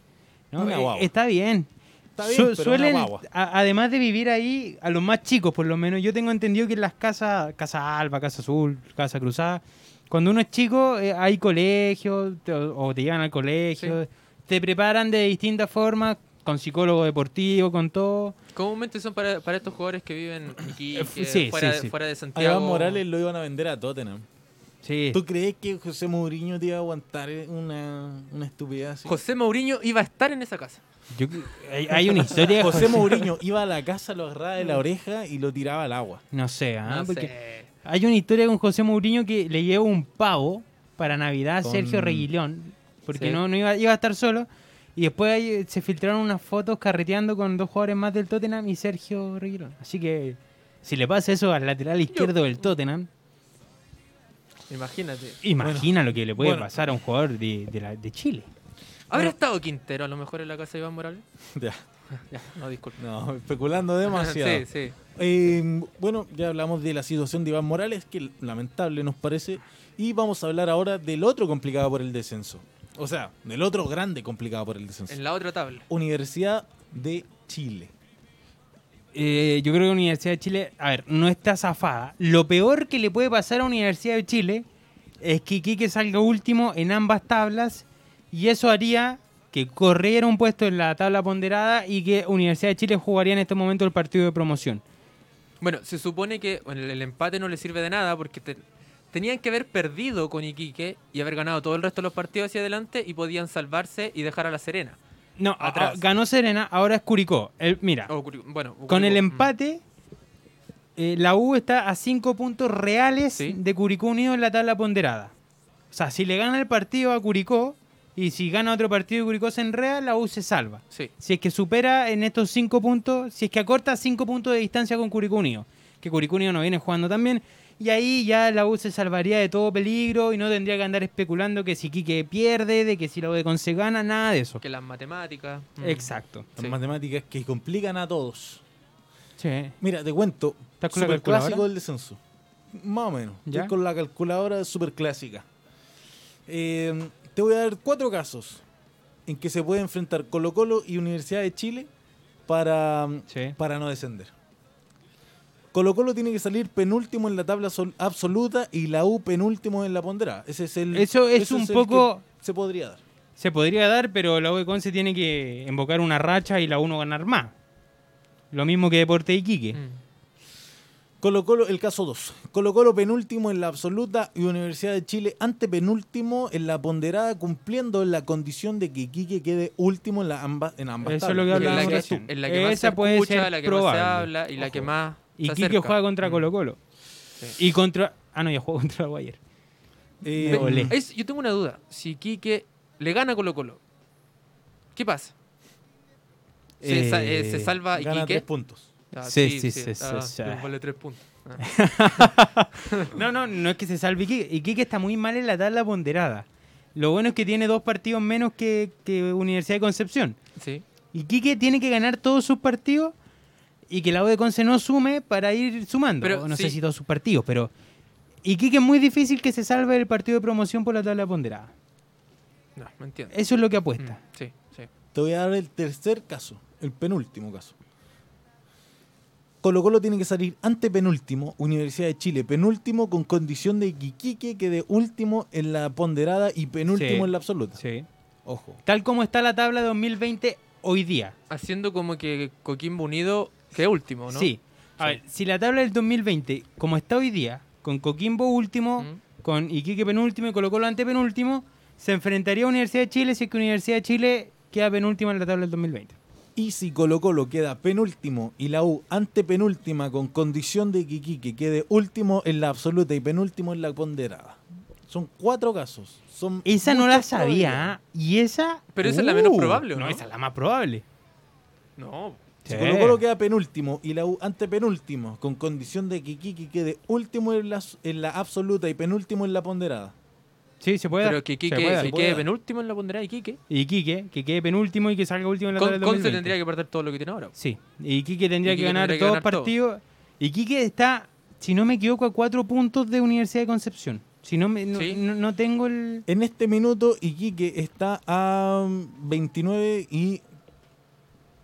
S1: No,
S2: Una
S1: eh,
S2: guagua.
S1: Está bien.
S2: Está bien,
S1: Su-
S2: pero
S1: suelen,
S2: una guagua.
S1: a- además de vivir ahí, a los más chicos por lo menos, yo tengo entendido que en las casas, Casa Alba, Casa Azul, Casa Cruzada, cuando uno es chico eh, hay colegios te- o te llevan al colegio, te preparan de distintas formas, con psicólogo deportivo, con todo.
S3: Comúnmente son para, para estos jugadores que viven aquí,
S1: Eh, f- sí,
S3: fuera,
S1: sí, sí.
S3: fuera de
S2: A
S3: Santiago.
S2: Iván Morales lo iban a vender a Tottenham.
S1: Sí.
S2: ¿Tú crees que José Mourinho te iba a aguantar una, una estupidez así?
S3: José Mourinho iba a estar en esa casa.
S1: Yo- hay, hay una historia de
S2: <laughs> José Mourinho iba a la casa, lo agarraba de la oreja y lo tiraba al agua.
S1: No sé, ¿ah?
S3: No
S1: Porque
S3: sé.
S1: Hay una historia con José Mourinho que le lleva un pavo para Navidad a
S2: Con-
S1: Sergio Reguilón, porque
S3: Sí.
S1: no, no iba, iba a estar solo. Y después ahí se filtraron unas fotos carreteando con dos jugadores más del Tottenham y Sergio Reguilón. Así que si le pasa eso al lateral izquierdo del Tottenham,
S3: Imagínate.
S1: imagina lo que le puede
S2: bueno.
S1: pasar a un jugador de, de la- de Chile.
S3: ¿Habrá estado Quintero a lo mejor en la casa de Iván Morales?
S2: Ya.
S3: <laughs> <laughs> Ya, no, disculpe.
S2: No, especulando demasiado.
S3: <laughs> sí, sí.
S2: Eh, bueno, ya hablamos de la situación de Iván Morales, que lamentable nos parece. Y vamos a hablar ahora del otro complicado por el descenso. O sea, del otro grande complicado por el descenso.
S3: En la otra tabla.
S2: Universidad de Chile.
S1: Eh, yo creo que Universidad de Chile, a ver, no está zafada. Lo peor que le puede pasar a Universidad de Chile es que Quique salga último en ambas tablas y eso haría que corriera un puesto en la tabla ponderada y que Universidad de Chile jugaría en este momento el partido de promoción.
S3: Bueno, se supone que bueno, el, el empate no le sirve de nada porque te- tenían que haber perdido con Iquique y haber ganado todo el resto de los partidos hacia adelante y podían salvarse y dejar a La Serena.
S1: No, a-
S3: Atrás.
S1: a- ganó Serena, ahora es Curicó. El- mira,
S3: O Curi- bueno, Mm, o
S1: con el
S3: Curicó.
S1: empate, eh, la U está a cinco puntos reales
S3: Sí.
S1: de Curicó Unido en la tabla ponderada. O sea, si le gana el partido a Curicó y si gana otro partido y Curicó se enreda, la U se salva.
S3: Sí.
S1: Si es que supera en estos cinco puntos, si es que acorta cinco puntos de distancia con Curicó Unido. que Curicú no viene jugando también. Y ahí ya la U se salvaría de todo peligro y no tendría que andar especulando que si Quique pierde, de que si la U de Conce gana, nada de eso.
S3: Que las matemáticas. mm.
S1: Exacto.
S2: Las
S3: Sí.
S2: matemáticas que complican a todos.
S1: Sí.
S2: Mira, te cuento.
S1: ¿Estás con la
S2: Super
S1: calculadora?
S2: clásico del descenso. Más o menos. Estoy
S1: ¿Ya?
S2: con la calculadora super clásica. te voy a dar cuatro casos en que se puede enfrentar Colo Colo y Universidad de Chile para,
S1: Sí.
S2: para no descender. Colo Colo tiene que salir penúltimo en la tabla sol- absoluta y la U penúltimo en la ponderada. Ese es el.
S1: Eso es
S2: ese
S1: un
S2: el
S1: poco-
S2: que Se podría dar.
S1: Se podría dar, pero la U de Conce tiene que invocar una racha y la U no ganar más. Lo mismo que Deporte Iquique.
S3: Mm.
S2: Colo Colo, el caso 2. Colo Colo penúltimo en la absoluta y Universidad de Chile antepenúltimo en la ponderada, cumpliendo la condición de que Iquique quede último en, la amba- en ambas
S1: Eso es
S2: tablas.
S1: lo que
S3: En la
S1: hablábamos
S3: que-
S1: recién.
S3: en la que más
S1: Esa
S3: se
S1: puede
S3: escucha,
S1: ser
S3: la que
S1: probable.
S3: más se habla y la que más. se
S1: Y Quique
S3: acerca.
S1: juega contra
S3: Mm.
S1: Colo Colo. Y contra... Ah, no, ya jugó <laughs> contra la U ayer.
S2: Eh,
S1: Me
S3: Ve-
S1: volé.
S3: es- yo tengo una duda. Si Quique le gana a Colo Colo, ¿qué pasa? Se, sa- eh,
S1: Eh,
S3: se salva
S2: gana
S3: Iquique.
S2: tres puntos.
S3: Ah,
S1: Sí, sí, sí, sí,
S3: ah,
S1: sí.
S3: pero Vale tres puntos. Ah.
S1: <laughs> No, no, no es que se salve Iquique. Iquique está muy mal en la tabla ponderada. Lo bueno es que tiene dos partidos menos que, que Universidad de Concepción.
S3: Sí.
S1: Iquique tiene que ganar todos sus partidos y que la U de Conce no sume para ir sumando.
S3: Pero,
S1: O no
S3: sí.
S1: sé si todos sus partidos, pero... Iquique es muy difícil que se salve el partido de promoción por la tabla ponderada.
S3: No, me entiendo.
S1: Eso es lo que
S3: Mm,
S1: apuesta.
S3: Sí, sí.
S2: Te voy a dar el tercer caso, el penúltimo caso. Colo Colo tiene que salir antepenúltimo, Universidad de Chile penúltimo, con condición de que Iquique quede último en la ponderada y penúltimo
S1: Sí.
S2: en la absoluta.
S1: Sí.
S2: Ojo.
S1: Tal como está la tabla 2020 hoy día.
S3: Haciendo como que Coquimbo Unido quede último, ¿no?
S1: Sí. A
S3: Sí.
S1: ver, si la tabla del 2020, como está hoy día, con Coquimbo último,
S3: Mm.
S1: con Iquique penúltimo y Colo Colo antepenúltimo, se enfrentaría a Universidad de Chile si es que Universidad de Chile queda penúltima en la tabla del 2020.
S2: Y si Colo Colo queda penúltimo y la U antepenúltima con condición de que Iquique quede último en la absoluta y penúltimo en la ponderada. Son cuatro casos. Son
S1: Esa no la
S2: muchas
S1: sabía, ¿ah? Y esa... uh,
S3: Pero esa es la menos probable, ¿o
S1: no?
S3: no?
S1: esa es la más probable.
S3: No.
S2: Si
S1: Sí.
S2: Colo Colo queda penúltimo y la U antepenúltimo, con condición de que Kiki quede último en la, en la absoluta y penúltimo en la ponderada.
S1: Sí, se puede
S3: Pero
S1: dar,
S3: que
S1: se puede
S3: Quique
S1: dar.
S3: que
S2: puede
S3: quede
S2: dar.
S3: penúltimo en la ponderada de Quique.
S1: Y Iquique, que quede penúltimo y que salga último en la tabla
S3: Con,
S1: del
S3: Conce
S1: 2020.
S3: tendría que perder todo lo que tiene ahora.
S1: Sí, y Quique tendría
S3: Y
S1: que
S3: Quique
S1: ganar
S3: tendría que
S1: todos
S3: ganar todo.
S1: partidos. Y Quique está, si no me equivoco, a cuatro puntos de Universidad de Concepción. Si no, me, no,
S3: Sí.
S1: no- no tengo el...
S2: En este minuto, Iquique está a mm, 29 y.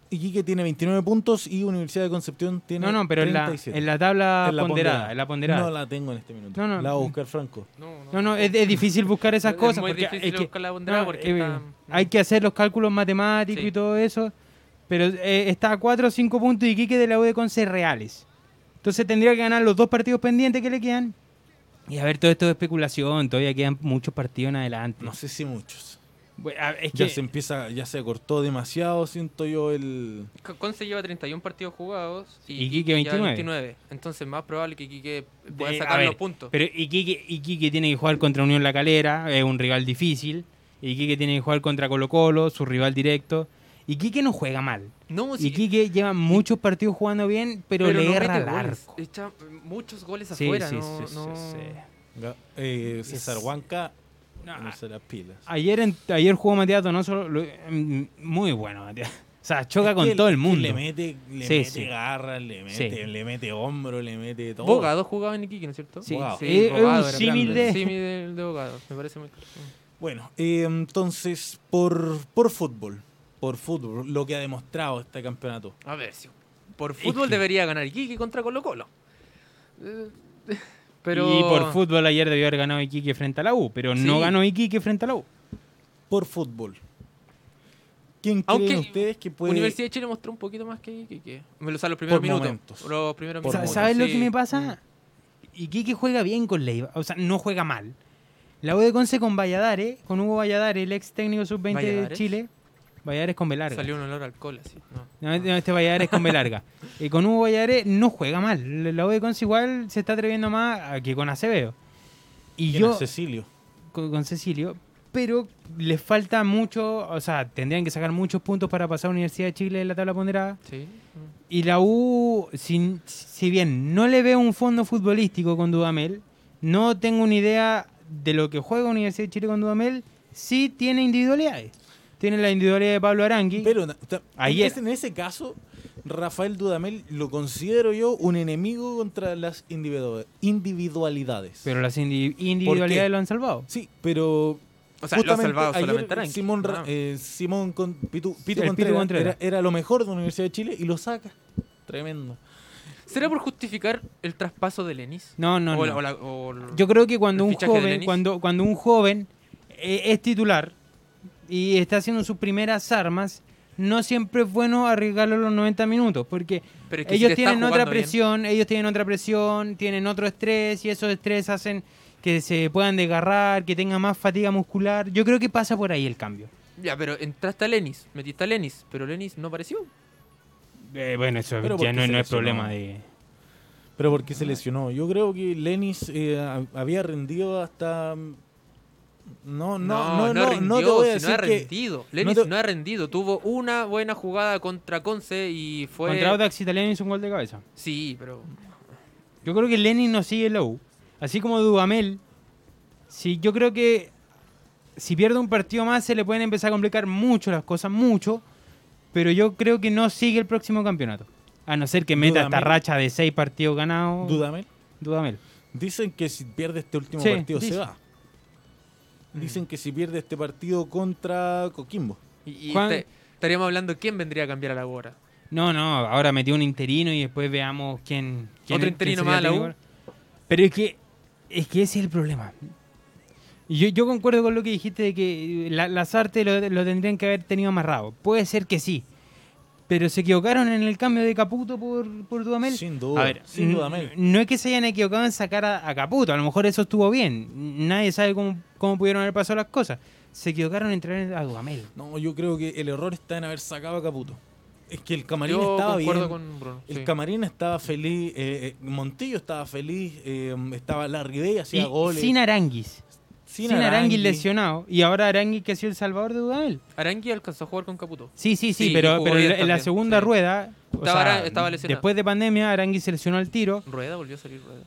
S2: Iquique tiene 29 puntos y Universidad de Concepción tiene.
S1: No, no, pero en la,
S2: 37.
S1: en la tabla
S2: En la
S1: ponderada, en la ponderada.
S2: No la tengo en este minuto.
S1: No, no.
S2: La va a buscar Franco.
S3: No, no.
S1: No, no, es, es difícil buscar esas
S3: Es
S1: cosas.
S3: muy
S1: porque
S3: difícil
S1: es que- eh,
S3: buscar la ponderada porque está-
S1: Hay que hacer los cálculos matemáticos
S3: Sí.
S1: y todo eso. Pero eh, está a 4 o 5 puntos y Quique de la U de Conce reales. Entonces tendría que ganar los dos partidos pendientes que le quedan. Y a ver, todo esto es especulación. Todavía quedan muchos partidos en adelante.
S2: No sé si muchos.
S1: Bueno, a- es
S2: Ya
S1: que-
S2: se empieza, ya se cortó demasiado, siento yo el.
S3: Co- Conce lleva 31 partidos jugados y,
S1: Y
S3: Quique
S1: Quique
S3: ya
S1: 29.
S3: 29. Entonces, más probable que Quique pueda
S1: Eh,
S3: sacar
S1: a ver,
S3: los puntos.
S1: Pero Iquique, Iquique tiene que jugar contra Unión La Calera, es un rival difícil. Iquique tiene que jugar contra Colo Colo, su rival directo. Iquique no juega mal.
S3: no, sí,
S1: Iquique lleva muchos partidos jugando bien, pero, le
S3: no mete
S1: erra al
S3: goles.
S1: arco.
S3: Echa muchos goles
S1: Sí,
S3: afuera.
S1: sí,
S3: no,
S1: sí,
S3: no-
S1: sí, sí.
S2: Ga- eh, César Huanca.
S1: No,
S2: No se las pilas.
S1: Ayer, en- ayer jugó Matías Donoso, lo- mm, muy bueno Matías. O sea, choca
S2: Es
S1: con
S2: que
S1: todo
S2: le-
S1: el
S2: que
S1: mundo.
S2: Le mete, le
S1: Sí,
S2: mete
S1: sí.
S2: garra, le mete,
S1: Sí.
S2: le mete hombro, le mete todo.
S3: Bogado jugaba en Iquique, ¿no es cierto?
S1: Sí,
S2: Bogado.
S1: sí, es
S3: Bogado
S1: un
S3: era
S1: símil
S3: grande.
S1: de-
S3: símil de, de Bogado, me parece muy...
S2: Bueno, eh, entonces, por, por fútbol, por fútbol, lo que ha demostrado este campeonato.
S3: A ver, si por fútbol
S1: que-
S3: debería ganar Iquique contra Colo Colo. Eh, <laughs> Pero...
S1: Y por fútbol ayer debió haber ganado Iquique frente a la U, pero no
S3: Sí.
S1: ganó Iquique frente a la U.
S2: Por fútbol. ¿Quién
S3: Aunque
S2: creen ustedes que puede...?
S3: Universidad de Chile mostró un poquito más que Iquique. Me lo sale los primeros
S2: Por
S3: minutos.
S2: momentos.
S3: Los primeros
S2: Por
S1: Sa-
S2: momentos.
S3: minutos.
S1: ¿Sabes lo
S3: sí. Mm.
S1: que me pasa? Iquique juega bien con Leiva, o sea, no juega mal. La U de Conce con Valladares, con Hugo Valladares, el ex técnico sub-20 de
S3: ¿Valladares?
S1: Chile. Valladares con Belarga.
S3: Salió un olor a alcohol así.
S1: No,
S3: No.
S1: no, este Valladares con
S3: <laughs>
S1: Belarga. Y con Hugo Valladares no juega mal. La U de Conce igual se está atreviendo más a que con Acevedo. Y
S2: ¿Quién
S1: yo
S2: es Cecilio.
S1: con, con Cecilio. pero les falta mucho, o sea, tendrían que sacar muchos puntos para pasar a Universidad de Chile en la tabla ponderada.
S3: Sí.
S1: Y la U, si, si bien no le veo un fondo futbolístico con Dudamel, no tengo una idea de lo que juega Universidad de Chile con Dudamel, sí tiene individualidades. Tiene la individualidad de Pablo Arangui.
S2: Pero na- ta-
S1: Ayer.
S2: en ese- en ese caso, Rafael Dudamel lo considero yo un enemigo contra las individu- individualidades.
S1: Pero las indi- individualidades lo han salvado.
S2: sí, pero
S3: O sea, lo ha
S2: justamente
S3: salvado
S2: ayer
S3: solamente Arangui.
S2: Simón, Ra-
S3: Ah.
S2: eh, Simón con Pitu, Pitu
S1: el Pitu
S2: Contreras,
S1: Contreras.
S2: Era, era lo mejor de la Universidad de Chile y lo saca. Tremendo.
S3: ¿Será por justificar el traspaso de Lenis?
S1: No, no,
S3: O la-
S1: no.
S3: o la- o el-
S1: Yo creo que cuando
S3: el
S1: un
S3: fichaje de
S1: joven,
S3: Denis.
S1: cuando, cuando un joven eh, es titular y está haciendo sus primeras armas, no siempre es bueno arriesgarlo los 90 minutos, porque
S3: Pero es que si
S1: ellos
S3: te está
S1: tienen otra
S3: jugando bien.
S1: presión, ellos tienen otra presión, tienen otro estrés y esos estrés hacen que se puedan desgarrar, que tengan más fatiga muscular. Yo creo que pasa por ahí el cambio.
S3: Ya, pero entraste a Lenis, metiste a Lenis, pero Lenis no apareció.
S1: bueno, eso
S2: Pero
S1: ya
S2: porque
S1: no,
S2: se
S1: no es
S2: lesionó.
S1: problema de...
S2: Pero porque se lesionó. Yo creo que Lenis eh, ha- había rendido hasta. mm, No, no, no, no, no,
S3: rindió,
S2: te voy a
S3: si
S2: decir
S3: no ha
S2: que-
S3: rendido. Lenis
S2: no
S3: no,
S2: te-
S3: ha rendido. Tuvo una buena jugada contra Conce y fue.
S1: Contra Audax Italiano hizo un gol de cabeza.
S3: Sí, pero.
S1: Yo creo que Lenin nos sigue la U. Así como Dudamel. Si yo creo que si pierde un partido más se le pueden empezar a complicar mucho las cosas, mucho. Pero yo creo que no sigue el próximo campeonato. A no ser que meta esta
S2: Dudamel.
S1: racha de seis partidos ganados.
S2: Dudamel.
S1: Dudamel.
S2: Dicen que si pierde este último
S1: Sí, Mm.
S2: partido se
S1: dicen.
S2: va. Dicen que si pierde este partido contra Coquimbo.
S3: Y, y
S1: Juan-
S3: te- estaríamos hablando quién vendría a cambiar a la Bora.
S1: No, no, ahora metió un interino y después veamos quién. quién-
S3: Otro
S1: quién
S3: interino
S1: sería
S3: más a la
S1: el
S3: U.
S1: técnico. Pero es que, es que ese es el problema. Y Yo, yo concuerdo con lo que dijiste de que la- las artes lo, lo tendrían que haber tenido amarrado. Puede ser que sí. Pero se equivocaron en el cambio de Caputo por, por Dudamel.
S2: Sin duda,
S1: A ver, mm,
S2: sin
S1: n-
S2: Dudamel.
S1: No es que se hayan equivocado en sacar a, a Caputo. A lo mejor eso estuvo bien. Nadie sabe cómo, cómo pudieron haber pasado las cosas. Se equivocaron en traer a Dudamel.
S2: No, yo creo que el error está en haber sacado a Caputo. Es que el camarín
S3: Yo
S2: estaba bien.
S3: concuerdo con Bruno.
S2: El
S3: sí.
S2: camarín estaba feliz. eh, eh, Montillo estaba feliz. eh, estaba Larry Day, hacía
S1: Y
S2: goles.
S1: sin Aranguis. Sin, Arangui lesionado. Y ahora Arangui que ha sido el salvador de Dudamel.
S3: Arangui alcanzó a jugar con Caputo.
S1: Sí, sí, sí,
S3: Sí, y
S1: pero,
S3: jugó
S1: pero en
S3: bien
S1: la- en la
S3: también,
S1: segunda
S3: sí.
S1: rueda. o
S3: Estaba
S1: sea,
S3: Ara- estaba lesionado.
S1: Después de pandemia, Arangui se lesionó al tiro.
S3: Rueda volvió a salir Rueda.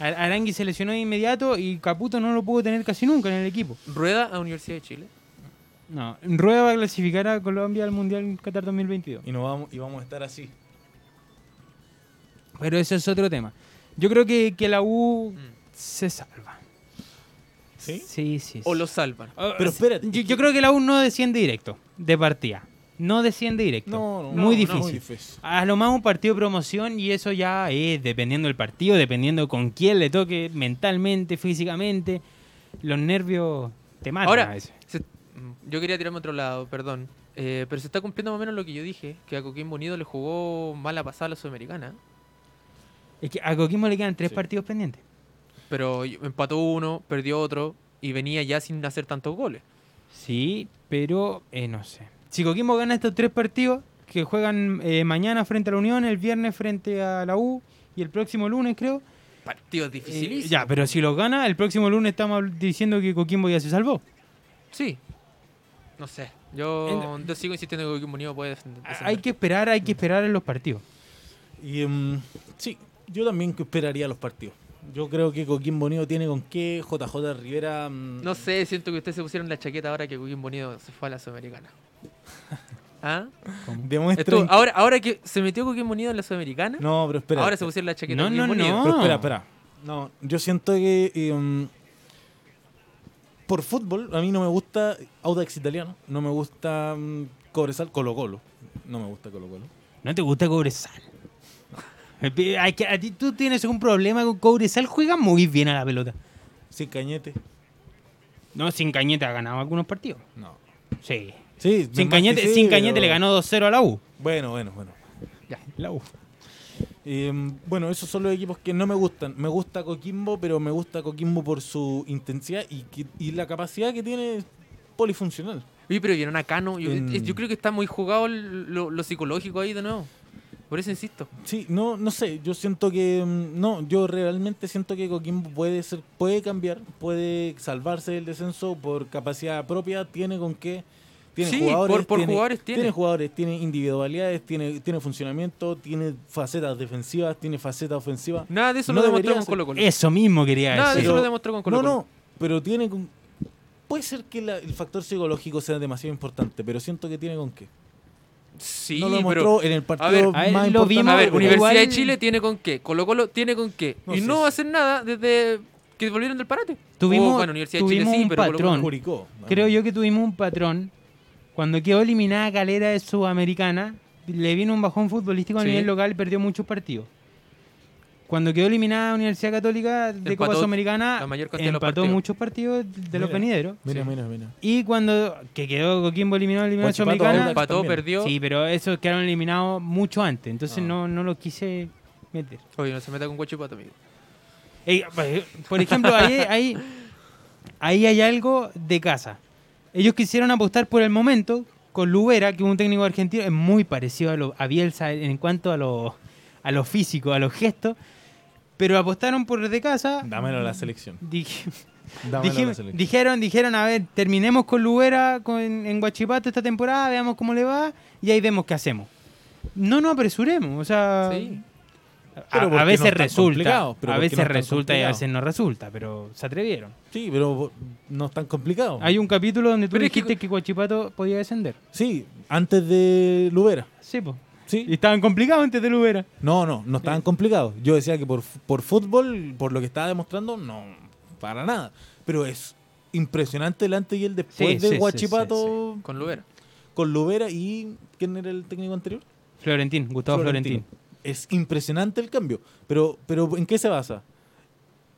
S1: Ar- Arangui se lesionó de inmediato y Caputo no lo pudo tener casi nunca en el equipo.
S3: Rueda a Universidad de Chile.
S1: No, Rueda va a clasificar a Colombia al Mundial Qatar 2022.
S2: Y, nos vamos, y vamos a estar así.
S1: Pero ese es otro tema. Yo creo que, que la U
S3: Mm.
S1: se salva.
S2: ¿Sí?
S1: Sí, sí.
S3: O
S1: sí.
S3: lo salvan.
S1: Ah,
S2: Pero
S1: sí.
S2: espérate,
S1: Yo,
S2: es
S1: yo
S2: que-
S1: creo que la U no desciende directo de partida. No desciende directo.
S2: No, no,
S1: muy
S2: no,
S1: difícil.
S2: muy difícil.
S1: A lo más un partido de promoción y eso ya es dependiendo del partido, dependiendo con quién le toque mentalmente, físicamente. Los nervios te matan a
S3: Ahora,
S1: veces.
S3: se- mm, yo quería tirarme a otro lado, perdón. Eh, pero se está cumpliendo más o menos lo que yo dije, que a Coquimbo Unido le jugó mala pasada a la Sudamericana.
S1: Es que a Coquimbo le quedan tres
S2: Sí.
S1: partidos pendientes.
S3: Pero empató uno, perdió otro y venía ya sin hacer tantos goles.
S1: Sí, pero eh, no sé. Si Coquimbo gana estos tres partidos que juegan eh, mañana frente a la Unión, el viernes frente a la U y el próximo lunes creo.
S3: Partidos
S1: eh,
S3: dificilísimos.
S1: ya, pero si los gana, el próximo lunes estamos habl- diciendo que Coquimbo ya se salvó.
S3: Sí. No sé. Yo, yo sigo insistiendo que Coquimbo Unido puede descender.
S1: Ah, Hay que esperar, hay que esperar en los partidos.
S2: Y, em, sí, yo también que esperaría los partidos. Yo creo que Coquimbo Unido tiene con qué. JJ Rivera. mm,
S3: No sé, siento que ustedes se pusieron la chaqueta ahora que Coquimbo Unido se fue a
S1: <laughs>
S3: la Sudamericana. ¿Ah?
S2: Demuestra.
S3: Estuvo- ahora, ahora que se metió Coquimbo Unido en la Sudamericana,
S2: No, pero espera.
S3: ahora se pusieron la chaqueta
S1: No,
S3: Coquimbo
S1: no,
S3: Unido.
S1: no.
S2: Pero espera, espera. No, yo siento que eh, um, por fútbol a mí no me gusta Audax Italiano, no me gusta um, Cobresal Colo Colo. No me gusta Colo Colo.
S1: ¿No te gusta Cobresal? Hay que- a ti tú tienes un problema con Cobresal, juega muy bien a la pelota.
S2: Sí, Cañete.
S1: No, sin Cañete ha ganado algunos partidos.
S2: No.
S1: Sí.
S2: Sí,
S1: Sin
S2: más
S1: Cañete,
S2: que sí,
S1: sin Cañete
S2: pero-
S1: le ganó 2-0 a la U.
S2: Bueno, bueno, bueno.
S3: Ya.
S1: La U.
S2: Eh, bueno, esos son los equipos que no me gustan. Me gusta Coquimbo, pero me gusta Coquimbo por su intensidad y, que- y la capacidad que tiene polifuncional.
S3: Oye, pero vieron a Cano. Yo,
S2: En-
S3: yo creo que está muy jugado el- lo, lo psicológico ahí de nuevo. Por eso insisto.
S2: Sí, no, no sé, yo siento que mm, no, yo realmente siento que Coquimbo puede ser, puede cambiar, puede salvarse del descenso por capacidad propia, tiene con qué, tiene
S3: Sí,
S2: jugadores,
S3: por- por jugadores tiene.
S2: jugadores, tiene individualidades, tiene, tiene funcionamiento, tiene facetas defensivas, tiene facetas ofensivas.
S3: Nada de eso
S2: No
S3: lo
S2: debería
S3: demostramos
S2: ser.
S3: con Colo Colo.
S1: Eso mismo quería
S3: Nada de
S1: decir.
S3: eso lo
S2: Pero-
S3: demostró con Colo
S2: No,
S3: Colo.
S2: no, pero tiene con, puede ser que la- el factor psicológico sea demasiado importante, pero siento que tiene con qué.
S3: Sí,
S2: no lo
S3: pero.
S2: demostró en el partido
S3: ver,
S1: a ver,
S2: más
S1: lo
S2: importante.
S1: vimos-
S3: A ver,
S1: Igual-
S3: Universidad de Chile tiene con qué. Colo Colo tiene con qué.
S2: No
S3: y
S2: sé.
S3: no va a hacer nada desde que volvieron del parate.
S1: Tuvimos-
S3: O, bueno, Universidad de
S1: tuvimos
S3: Chile sí,
S1: un
S3: pero Colo Colo-
S1: patrón.
S2: Curicó.
S1: Creo yo que tuvimos un patrón. Cuando quedó eliminada Calera de Sudamericana, le vino un bajón futbolístico a
S3: Sí.
S1: nivel local y perdió muchos partidos. Cuando quedó eliminada Universidad Católica de Copa
S3: Empató
S1: Sudamericana,
S3: la mayor cantidad de los
S1: empató
S3: partidos.
S1: muchos partidos de los
S2: Mira,
S1: venideros.
S2: Mira,
S3: Sí.
S2: mira, mira.
S1: Y cuando que quedó Coquimbo eliminado, eliminado
S2: Guachipato,
S1: Sudamericana,
S2: Audax.
S3: Empató,
S2: también.
S3: perdió.
S1: Sí, pero esos quedaron eliminados mucho antes, entonces
S2: Ah.
S1: no, no los quise meter.
S3: Oye, no se meta con Guachipato, amigo.
S1: Ey, pues, por ejemplo, ahí, ahí, ahí hay algo de casa. Ellos quisieron apostar por el momento con Lubera, que es un técnico argentino, es muy parecido a, lo- a Bielsa en cuanto a lo, a lo físico, a los gestos, pero apostaron por de casa.
S2: Dámelo a la selección.
S1: Dije-
S2: Dámelo
S1: Dijim-
S2: a la selección.
S1: dijeron, dijeron, a ver, terminemos con Lubera con- en Guachipato esta temporada, veamos cómo le va y ahí vemos qué hacemos. No nos apresuremos, o sea,
S2: Ah.
S3: Sí.
S1: a-
S2: Pero
S1: a,
S2: porque no
S1: veces
S2: están
S1: resulta,
S2: complicados, pero
S1: a
S2: porque
S1: veces
S2: no están
S1: resulta y a
S2: complicados.
S1: veces no resulta, pero se atrevieron.
S2: Sí, pero no es tan complicado.
S1: Hay un capítulo donde tú
S3: Pero es que-
S1: dijiste que... Guachipato podía descender.
S2: Sí, antes de Lubera.
S1: Sí, po. Y
S2: Sí.
S1: estaban complicados antes de Lubera.
S2: No, no, no estaban complicados. Yo decía que por, f- por fútbol, por lo que estaba demostrando, no, para nada. Pero es impresionante el antes y el después
S1: Sí,
S2: de
S1: sí, sí,
S2: Guachipato
S3: Con Lubera.
S2: con Lubera y ¿quién era el técnico anterior?
S1: Florentín, Gustavo Florentín.
S2: Es impresionante el cambio. Pero, pero ¿en qué se basa?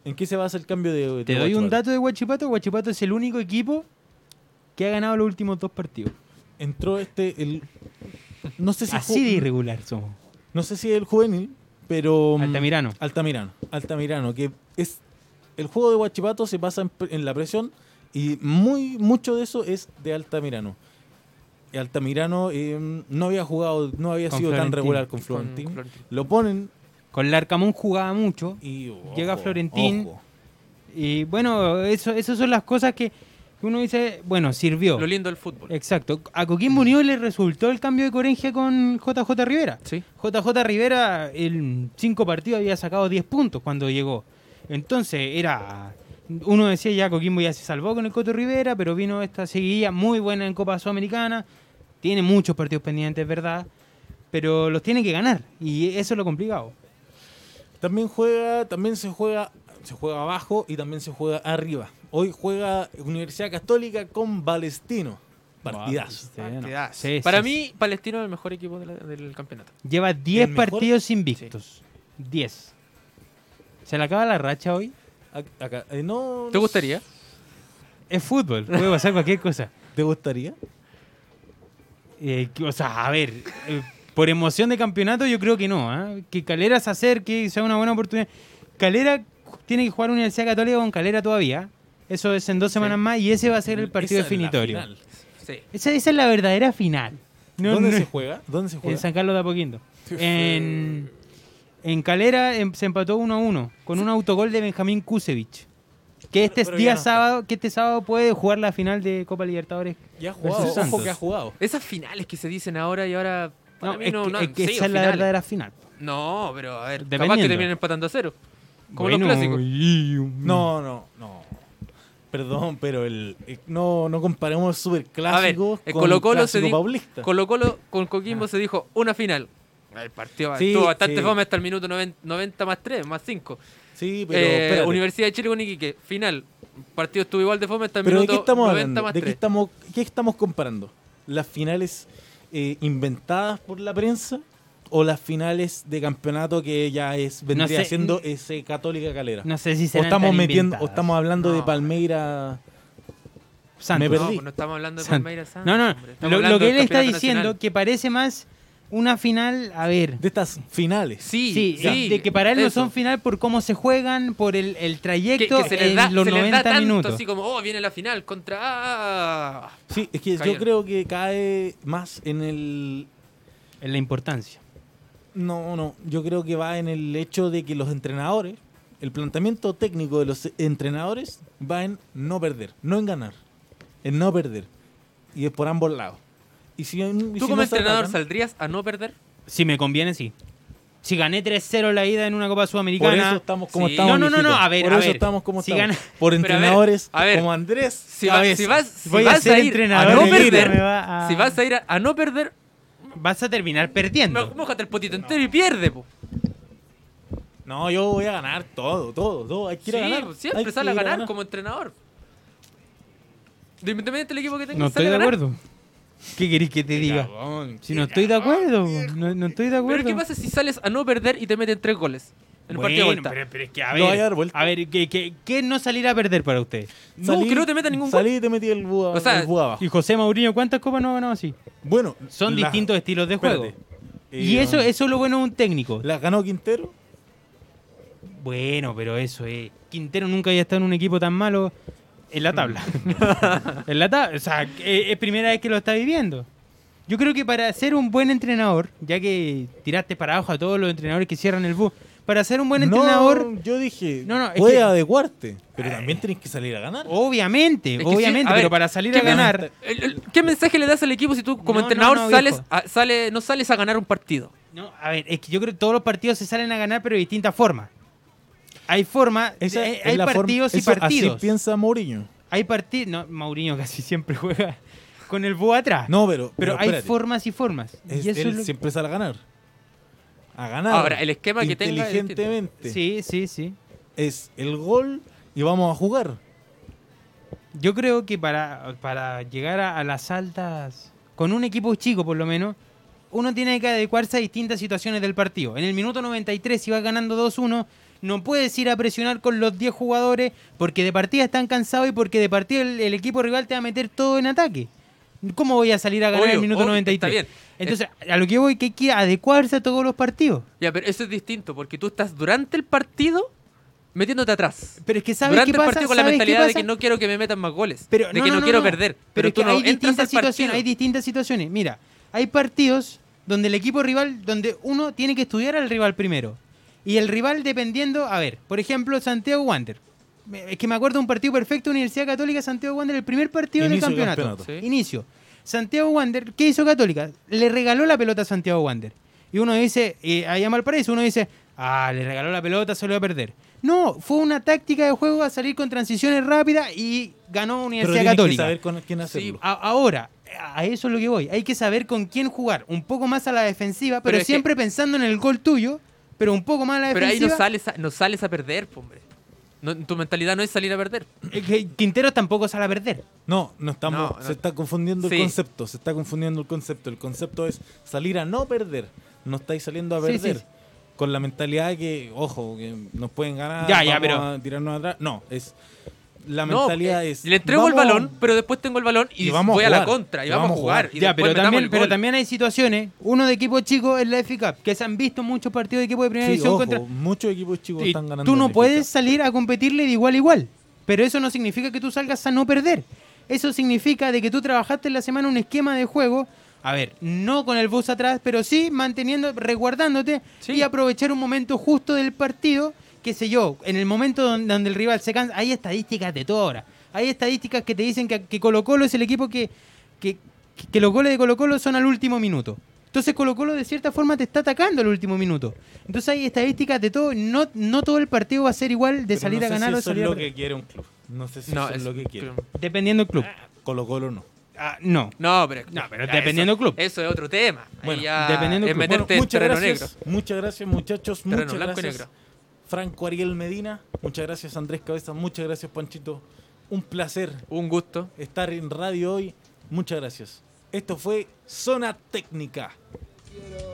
S2: ¿En qué se basa el cambio de, de
S1: Te doy un
S2: Guachipato?
S1: dato de Guachipato. Guachipato es el único equipo que ha ganado los últimos dos partidos.
S2: Entró este el no sé si
S1: Así de
S2: ju-
S1: irregular somos.
S2: no sé si el juvenil, pero mm,
S1: Altamirano.
S2: Altamirano, Altamirano, que es el juego de Guachipato se basa en, pre- en la presión y muy mucho de eso es de Altamirano. Y Altamirano eh, no había jugado, no había
S1: Con
S2: sido tan
S1: Florentino.
S2: regular con
S3: Con
S2: Florentín.
S3: Florentino.
S2: Lo ponen
S1: Con Larcamón jugaba mucho.
S2: y ojo,
S1: Llega Florentín.
S2: ojo.
S1: Y bueno, eso, esas son las cosas que uno dice, bueno, sirvió.
S3: Lo lindo del fútbol.
S1: Exacto. A Coquimbo Unido le resultó el cambio de Corengia con JJ Rivera.
S3: Sí.
S1: JJ Rivera en cinco partidos había sacado 10 puntos cuando llegó. Entonces era... Uno decía ya Coquimbo ya se salvó con el Coto Rivera, pero vino esta seguidilla muy buena en Copa Sudamericana. Tiene muchos partidos pendientes, es ¿verdad? Pero los tiene que ganar. Y eso es lo complicado.
S2: También juega, también se juega, se juega abajo y también se juega arriba. Hoy juega Universidad Católica con Palestino. Partidazo.
S1: Sí, no.
S3: Partidazo.
S1: Sí,
S3: Para
S1: sí,
S3: mí, Palestino es el mejor equipo de la- del campeonato.
S1: Lleva 10
S2: ¿El mejor?
S1: partidos invictos. 10. ¿Se le acaba la racha hoy?
S2: Ac- acá, eh, no,
S3: ¿Te gustaría?
S1: Es fútbol, puede pasar cualquier cosa. <laughs>
S2: ¿Te gustaría?
S1: Eh, que- o sea, a ver, eh, por emoción de campeonato yo creo que no. ¿ah? Que Calera se acerque, sea una buena oportunidad. Calera ju- tiene que jugar Universidad Católica con Calera todavía. Eso es en dos semanas más y ese va a ser el partido
S2: Esa es la
S1: definitorio.
S2: final.
S3: Sí.
S1: Esa, esa es la verdadera final. No,
S2: ¿Dónde
S1: no-
S2: se juega? ¿Dónde se
S1: En
S2: juega?
S1: San Carlos de Apoquindo. En, en Calera em- se empató 1 a 1 con un autogol de Benjamín Kusevich. Que este
S2: pero ya
S1: día
S2: no está.
S1: sábado, que este sábado puede jugar la final de Copa Libertadores.
S2: Ya ha
S1: versus
S2: jugado. Ojo
S1: Santos.
S2: que ha jugado.
S3: Esas finales que se dicen ahora y ahora. Para
S1: No,
S3: mí
S1: es
S3: no,
S1: que,
S3: no
S1: es
S3: han
S1: que
S3: sido
S1: esa es la
S3: finales.
S1: verdadera final.
S3: No, pero a ver, capaz que
S1: Dependiendo.
S3: terminan empatando a cero. Como
S1: Bueno,
S3: los clásicos.
S1: y-
S2: No, no, no. Perdón, pero el eh, no no comparemos superclásicos
S3: A
S1: eh,
S3: ver, el
S2: con
S3: Colo-Colo se
S2: clásico
S3: di-
S2: paulista.
S3: Colo Colo con Coquimbo se dijo una final. El partido
S2: Sí,
S3: estuvo bastante
S2: sí.
S3: fome hasta el minuto 90, 90 más 3, más 5.
S2: sí, pero
S3: Eh,
S2: espérate.
S3: Universidad de Chile con Iquique, final. El partido estuvo igual de fome hasta el
S2: Pero ¿de
S3: minuto
S2: qué estamos
S3: 90
S2: hablando?
S3: más
S2: ¿De qué
S3: 3.
S2: estamos, qué estamos comparando? ¿Las finales eh, inventadas por la prensa o las finales de campeonato que ya es vendría
S1: sé,
S2: siendo
S1: n-
S2: ese Católica Calera?
S1: No sé si
S2: o
S1: serán
S2: estamos
S1: tan
S2: metiendo, o
S1: inventadas.
S2: estamos hablando de
S3: No.
S2: Palmeira.
S1: Santos.
S2: Me
S3: No,
S2: perdí.
S3: pues no estamos hablando de
S1: Santos.
S3: Palmeiras Santos,
S1: No, no,
S3: hombre. Estamos
S1: Lo,
S3: hablando
S1: lo que
S3: del
S1: él está
S3: campeonato
S1: diciendo
S3: nacional.
S1: que parece más una final, a ver.
S2: De estas finales.
S3: Sí,
S1: Sí,
S3: sí,
S1: de que para él no
S3: eso.
S1: son final por cómo se juegan, por el, el
S3: que,
S1: trayecto
S3: que se les da,
S1: en los
S3: se les da
S1: 90
S3: tanto,
S1: minutos.
S3: así como, oh, viene la final contra...
S2: Sí, es que yo
S3: Cayeron.
S2: creo que cae más en el
S1: Es la importancia.
S2: No, no. Yo creo que va en el hecho de que los entrenadores, el planteamiento técnico de los entrenadores va en no perder, no en ganar, en no perder. Y es por ambos lados. Y si, y si
S3: ¿Tú
S2: no
S3: como
S2: se
S3: entrenador
S2: atacan-
S3: saldrías a no perder?
S1: Si me conviene, sí. Si gané 3-0 la ida en una Copa
S2: Por
S1: Sudamericana.
S2: eso estamos como
S3: Sí.
S2: estamos.
S1: No, no, no, no,
S2: mijito.
S1: a ver,
S2: Por
S1: a
S2: eso
S1: ver.
S2: estamos como
S1: Si
S2: estamos.
S1: gana-
S2: Por
S3: Pero a ver,
S2: entrenadores
S3: a ver.
S2: como Andrés.
S3: Si, va-
S2: Cabeza.
S3: si vas, si
S1: Voy a
S3: vas
S1: ser
S3: ir
S1: entrenador.
S3: a no
S1: de
S3: perder,
S1: me va a-
S3: si vas a ir a, a no perder,
S1: Vas a terminar perdiendo.
S3: mo- mójate el potito entero y pierde, po.
S2: No, yo voy a ganar todo, todo, todo. Hay que ir a
S3: Sí,
S2: ganar.
S3: po,
S2: Hay
S3: siempre
S2: que
S3: sale a
S2: ir
S3: ganar, como entrenador. De- Independientemente del equipo que tengas,
S1: No estoy
S3: sale
S1: de
S3: a ganar.
S1: acuerdo. ¿Qué querés que te diga? Si no estoy de acuerdo, no, no estoy de acuerdo.
S3: Pero ¿qué pasa si sales a no perder y te meten tres goles? En el partido de
S1: Bueno,
S3: vuelta.
S1: pero, pero es que a
S2: No
S1: ver,
S2: vaya a dar vuelta.
S1: a ver, ¿qué, qué, qué no salir a perder para usted?
S3: No, que no te meta ningún gol.
S2: Salí y te metí el búho,
S3: O sea,
S2: el búho abajo.
S1: Y José Mourinho, ¿cuántas copas no ha ganado así?
S2: Bueno,
S1: Son
S2: la-
S1: distintos estilos de juego.
S2: espérate.
S1: Y
S2: Eh,
S1: eso, eso es lo bueno de un técnico.
S2: ¿La ganó Quintero?
S1: Bueno, pero eso es. Quintero nunca había estado en un equipo tan malo en la tabla.
S2: <laughs>
S1: en la tabla. O sea, eh, es, es primera vez que lo está viviendo. Yo creo que para ser un buen entrenador, ya que tiraste para abajo a todos los entrenadores que cierran el bus, para ser un buen entrenador,
S2: No, yo dije,
S1: No, no, es
S2: puede
S1: que- Eh. Oh,
S2: adecuarte, pero también tenés que salir a ganar.
S1: obviamente,
S3: Es que sí,
S1: obviamente,
S3: a ver,
S1: pero para salir
S3: ¿qué
S1: a ganar,
S3: El- el- ¿Qué mensaje le das al equipo si tú
S1: No,
S3: como entrenador
S1: no, no,
S3: sales,
S1: viejo.
S3: a- sale, no sales a ganar un partido?
S1: No, a ver, es que yo creo que todos los partidos se salen a ganar, pero de distintas formas. Hay formas,
S2: Esa
S1: hay,
S2: es
S1: eh, hay
S2: la forma-
S1: partidos
S2: eso
S1: y partidos.
S2: Así piensa Mourinho.
S1: Hay partidos. No, Mourinho casi siempre juega con el búho atrás.
S2: No, pero,
S1: pero, hay
S2: espérate.
S1: formas y formas.
S2: Es-
S1: y eso
S2: él
S1: es lo-
S2: siempre sale a ganar. A ganar.
S3: Ahora, el esquema que tenga es distinto.
S2: inteligentemente
S1: Sí, sí, sí.
S2: es el gol y vamos a jugar.
S1: Yo creo que para, para llegar a, a las altas, con un equipo chico por lo menos, uno tiene que adecuarse a distintas situaciones del partido. En el minuto 93, si vas ganando 2-1, no puedes ir a presionar con los 10 jugadores porque de partida están cansados y porque de partida el, el equipo rival te va a meter todo en ataque. ¿Cómo voy a salir a ganar
S3: Obvio,
S1: el minuto
S3: obvio,
S1: 93?
S3: está bien.
S1: Entonces, a lo que voy, que hay que adecuarse a todos los partidos.
S3: Ya, pero eso es distinto, porque tú estás durante el partido metiéndote atrás.
S1: Pero es que sabes
S3: Durante
S1: qué
S3: el
S1: pasa?
S3: partido con la
S1: ¿Sabes qué
S3: mentalidad de
S1: pasa?
S3: que no quiero que me metan más goles,
S1: Pero,
S3: de que no, quiero perder. Pero,
S1: es
S3: tú
S1: que
S3: no
S1: hay
S3: entras al
S1: distintas situaciones, hay
S3: partido.
S1: distintas situaciones. Mira, hay partidos donde el equipo rival, donde uno tiene que estudiar al rival primero. Y el rival dependiendo, a ver, por ejemplo, Santiago Wander. Me- Es que me acuerdo de un partido perfecto, Universidad Católica, Santiago Wander, el primer partido
S2: Inicio
S1: del
S2: del
S1: campeonato.
S2: campeonato.
S3: Sí.
S1: Inicio. Santiago Wander, ¿qué hizo Católica? Le regaló la pelota a Santiago Wander. Y uno dice, eh, allá en Valparaíso, uno dice, ah, le regaló la pelota, se lo va a perder. No, fue una táctica de juego a salir con transiciones rápidas y ganó
S2: Pero
S1: Universidad
S2: tienes que
S1: Católica.
S2: saber con quién hacerlo.
S1: A- ahora, a eso es lo que voy. Hay que saber con quién jugar. Un poco más a la defensiva, pero,
S3: Pero es
S1: siempre pensando en el gol tuyo, pero un poco más a la
S3: Pero ahí
S1: defensiva.
S3: no sales a, no sales a perder, po, hombre. No- tu mentalidad no es salir a perder.
S1: Eh, que Quintero tampoco sale a perder.
S2: No, no estamos.
S3: No, no.
S2: Se está confundiendo
S3: Sí.
S2: el concepto. Se está confundiendo el concepto. El concepto es salir a no perder. No estáis saliendo a
S1: Sí, sí,
S2: perder.
S1: sí.
S2: Con la mentalidad de que, ojo, que nos pueden ganar.
S1: Ya, ya,
S2: vamos
S1: pero-
S2: a tirarnos atrás. No, es. La
S3: No,
S2: mentalidad
S3: eh,
S2: es.
S3: Le entrego el
S2: vamos-
S3: balón, pero después tengo el balón y,
S2: y vamos a
S3: voy a, la
S2: jugar,
S3: contra y vamos, a jugar. y
S1: ya,
S3: después
S1: pero
S3: metamos
S1: también,
S3: el
S1: pero
S3: gol.
S1: también hay situaciones. Uno de equipo chico es la FA Cup, que se han visto muchos partidos de equipo de primera
S2: Sí,
S1: división
S2: ojo,
S1: contra.
S2: muchos equipos chicos
S1: Y
S2: están ganando.
S1: tú no
S2: en
S1: puedes
S2: México.
S1: salir a competirle de igual a igual. Pero eso no significa que tú salgas a no perder. Eso significa de que tú trabajaste en la semana un esquema de juego. A ver, no con el bus atrás, pero sí manteniendo, resguardándote
S3: Sí.
S1: y aprovechar un momento justo del partido, qué sé yo, en el momento donde, donde el rival se cansa. Hay estadísticas de todo ahora. Hay estadísticas que te dicen que, que Colo Colo es el equipo que, que, que los goles de Colo Colo son al último minuto. Entonces Colo Colo de cierta forma te está atacando al último minuto. Entonces hay estadísticas de todo. No, no todo el partido va a ser igual de
S2: Pero
S1: salir
S2: no
S1: a
S2: sé
S1: ganar
S2: si
S1: o
S2: eso
S1: salir
S2: es
S1: a
S2: lo
S1: perder.
S2: que quiere un club. No sé si
S3: No,
S2: eso es,
S3: es-
S2: lo que quiere.
S1: Dependiendo del club.
S2: Colo Colo no.
S1: Ah, no.
S3: No, pero,
S1: No, pero
S3: ya,
S1: dependiendo
S3: eso-
S1: del club.
S3: Eso es otro tema. Ahí
S1: Bueno,
S3: ya
S1: dependiendo del
S3: es
S1: club.
S3: meterte en
S2: muchas
S3: terreno
S2: gracias,
S3: negro.
S2: Muchas gracias, muchachos.
S3: Terreno
S2: muchas
S3: blanco y
S2: gracias. Franco Ariel Medina. Muchas gracias, Andrés Cabeza. Muchas gracias, Panchito. Un placer
S3: Un gusto.
S2: estar en radio hoy. Muchas gracias. Esto fue Zona Técnica.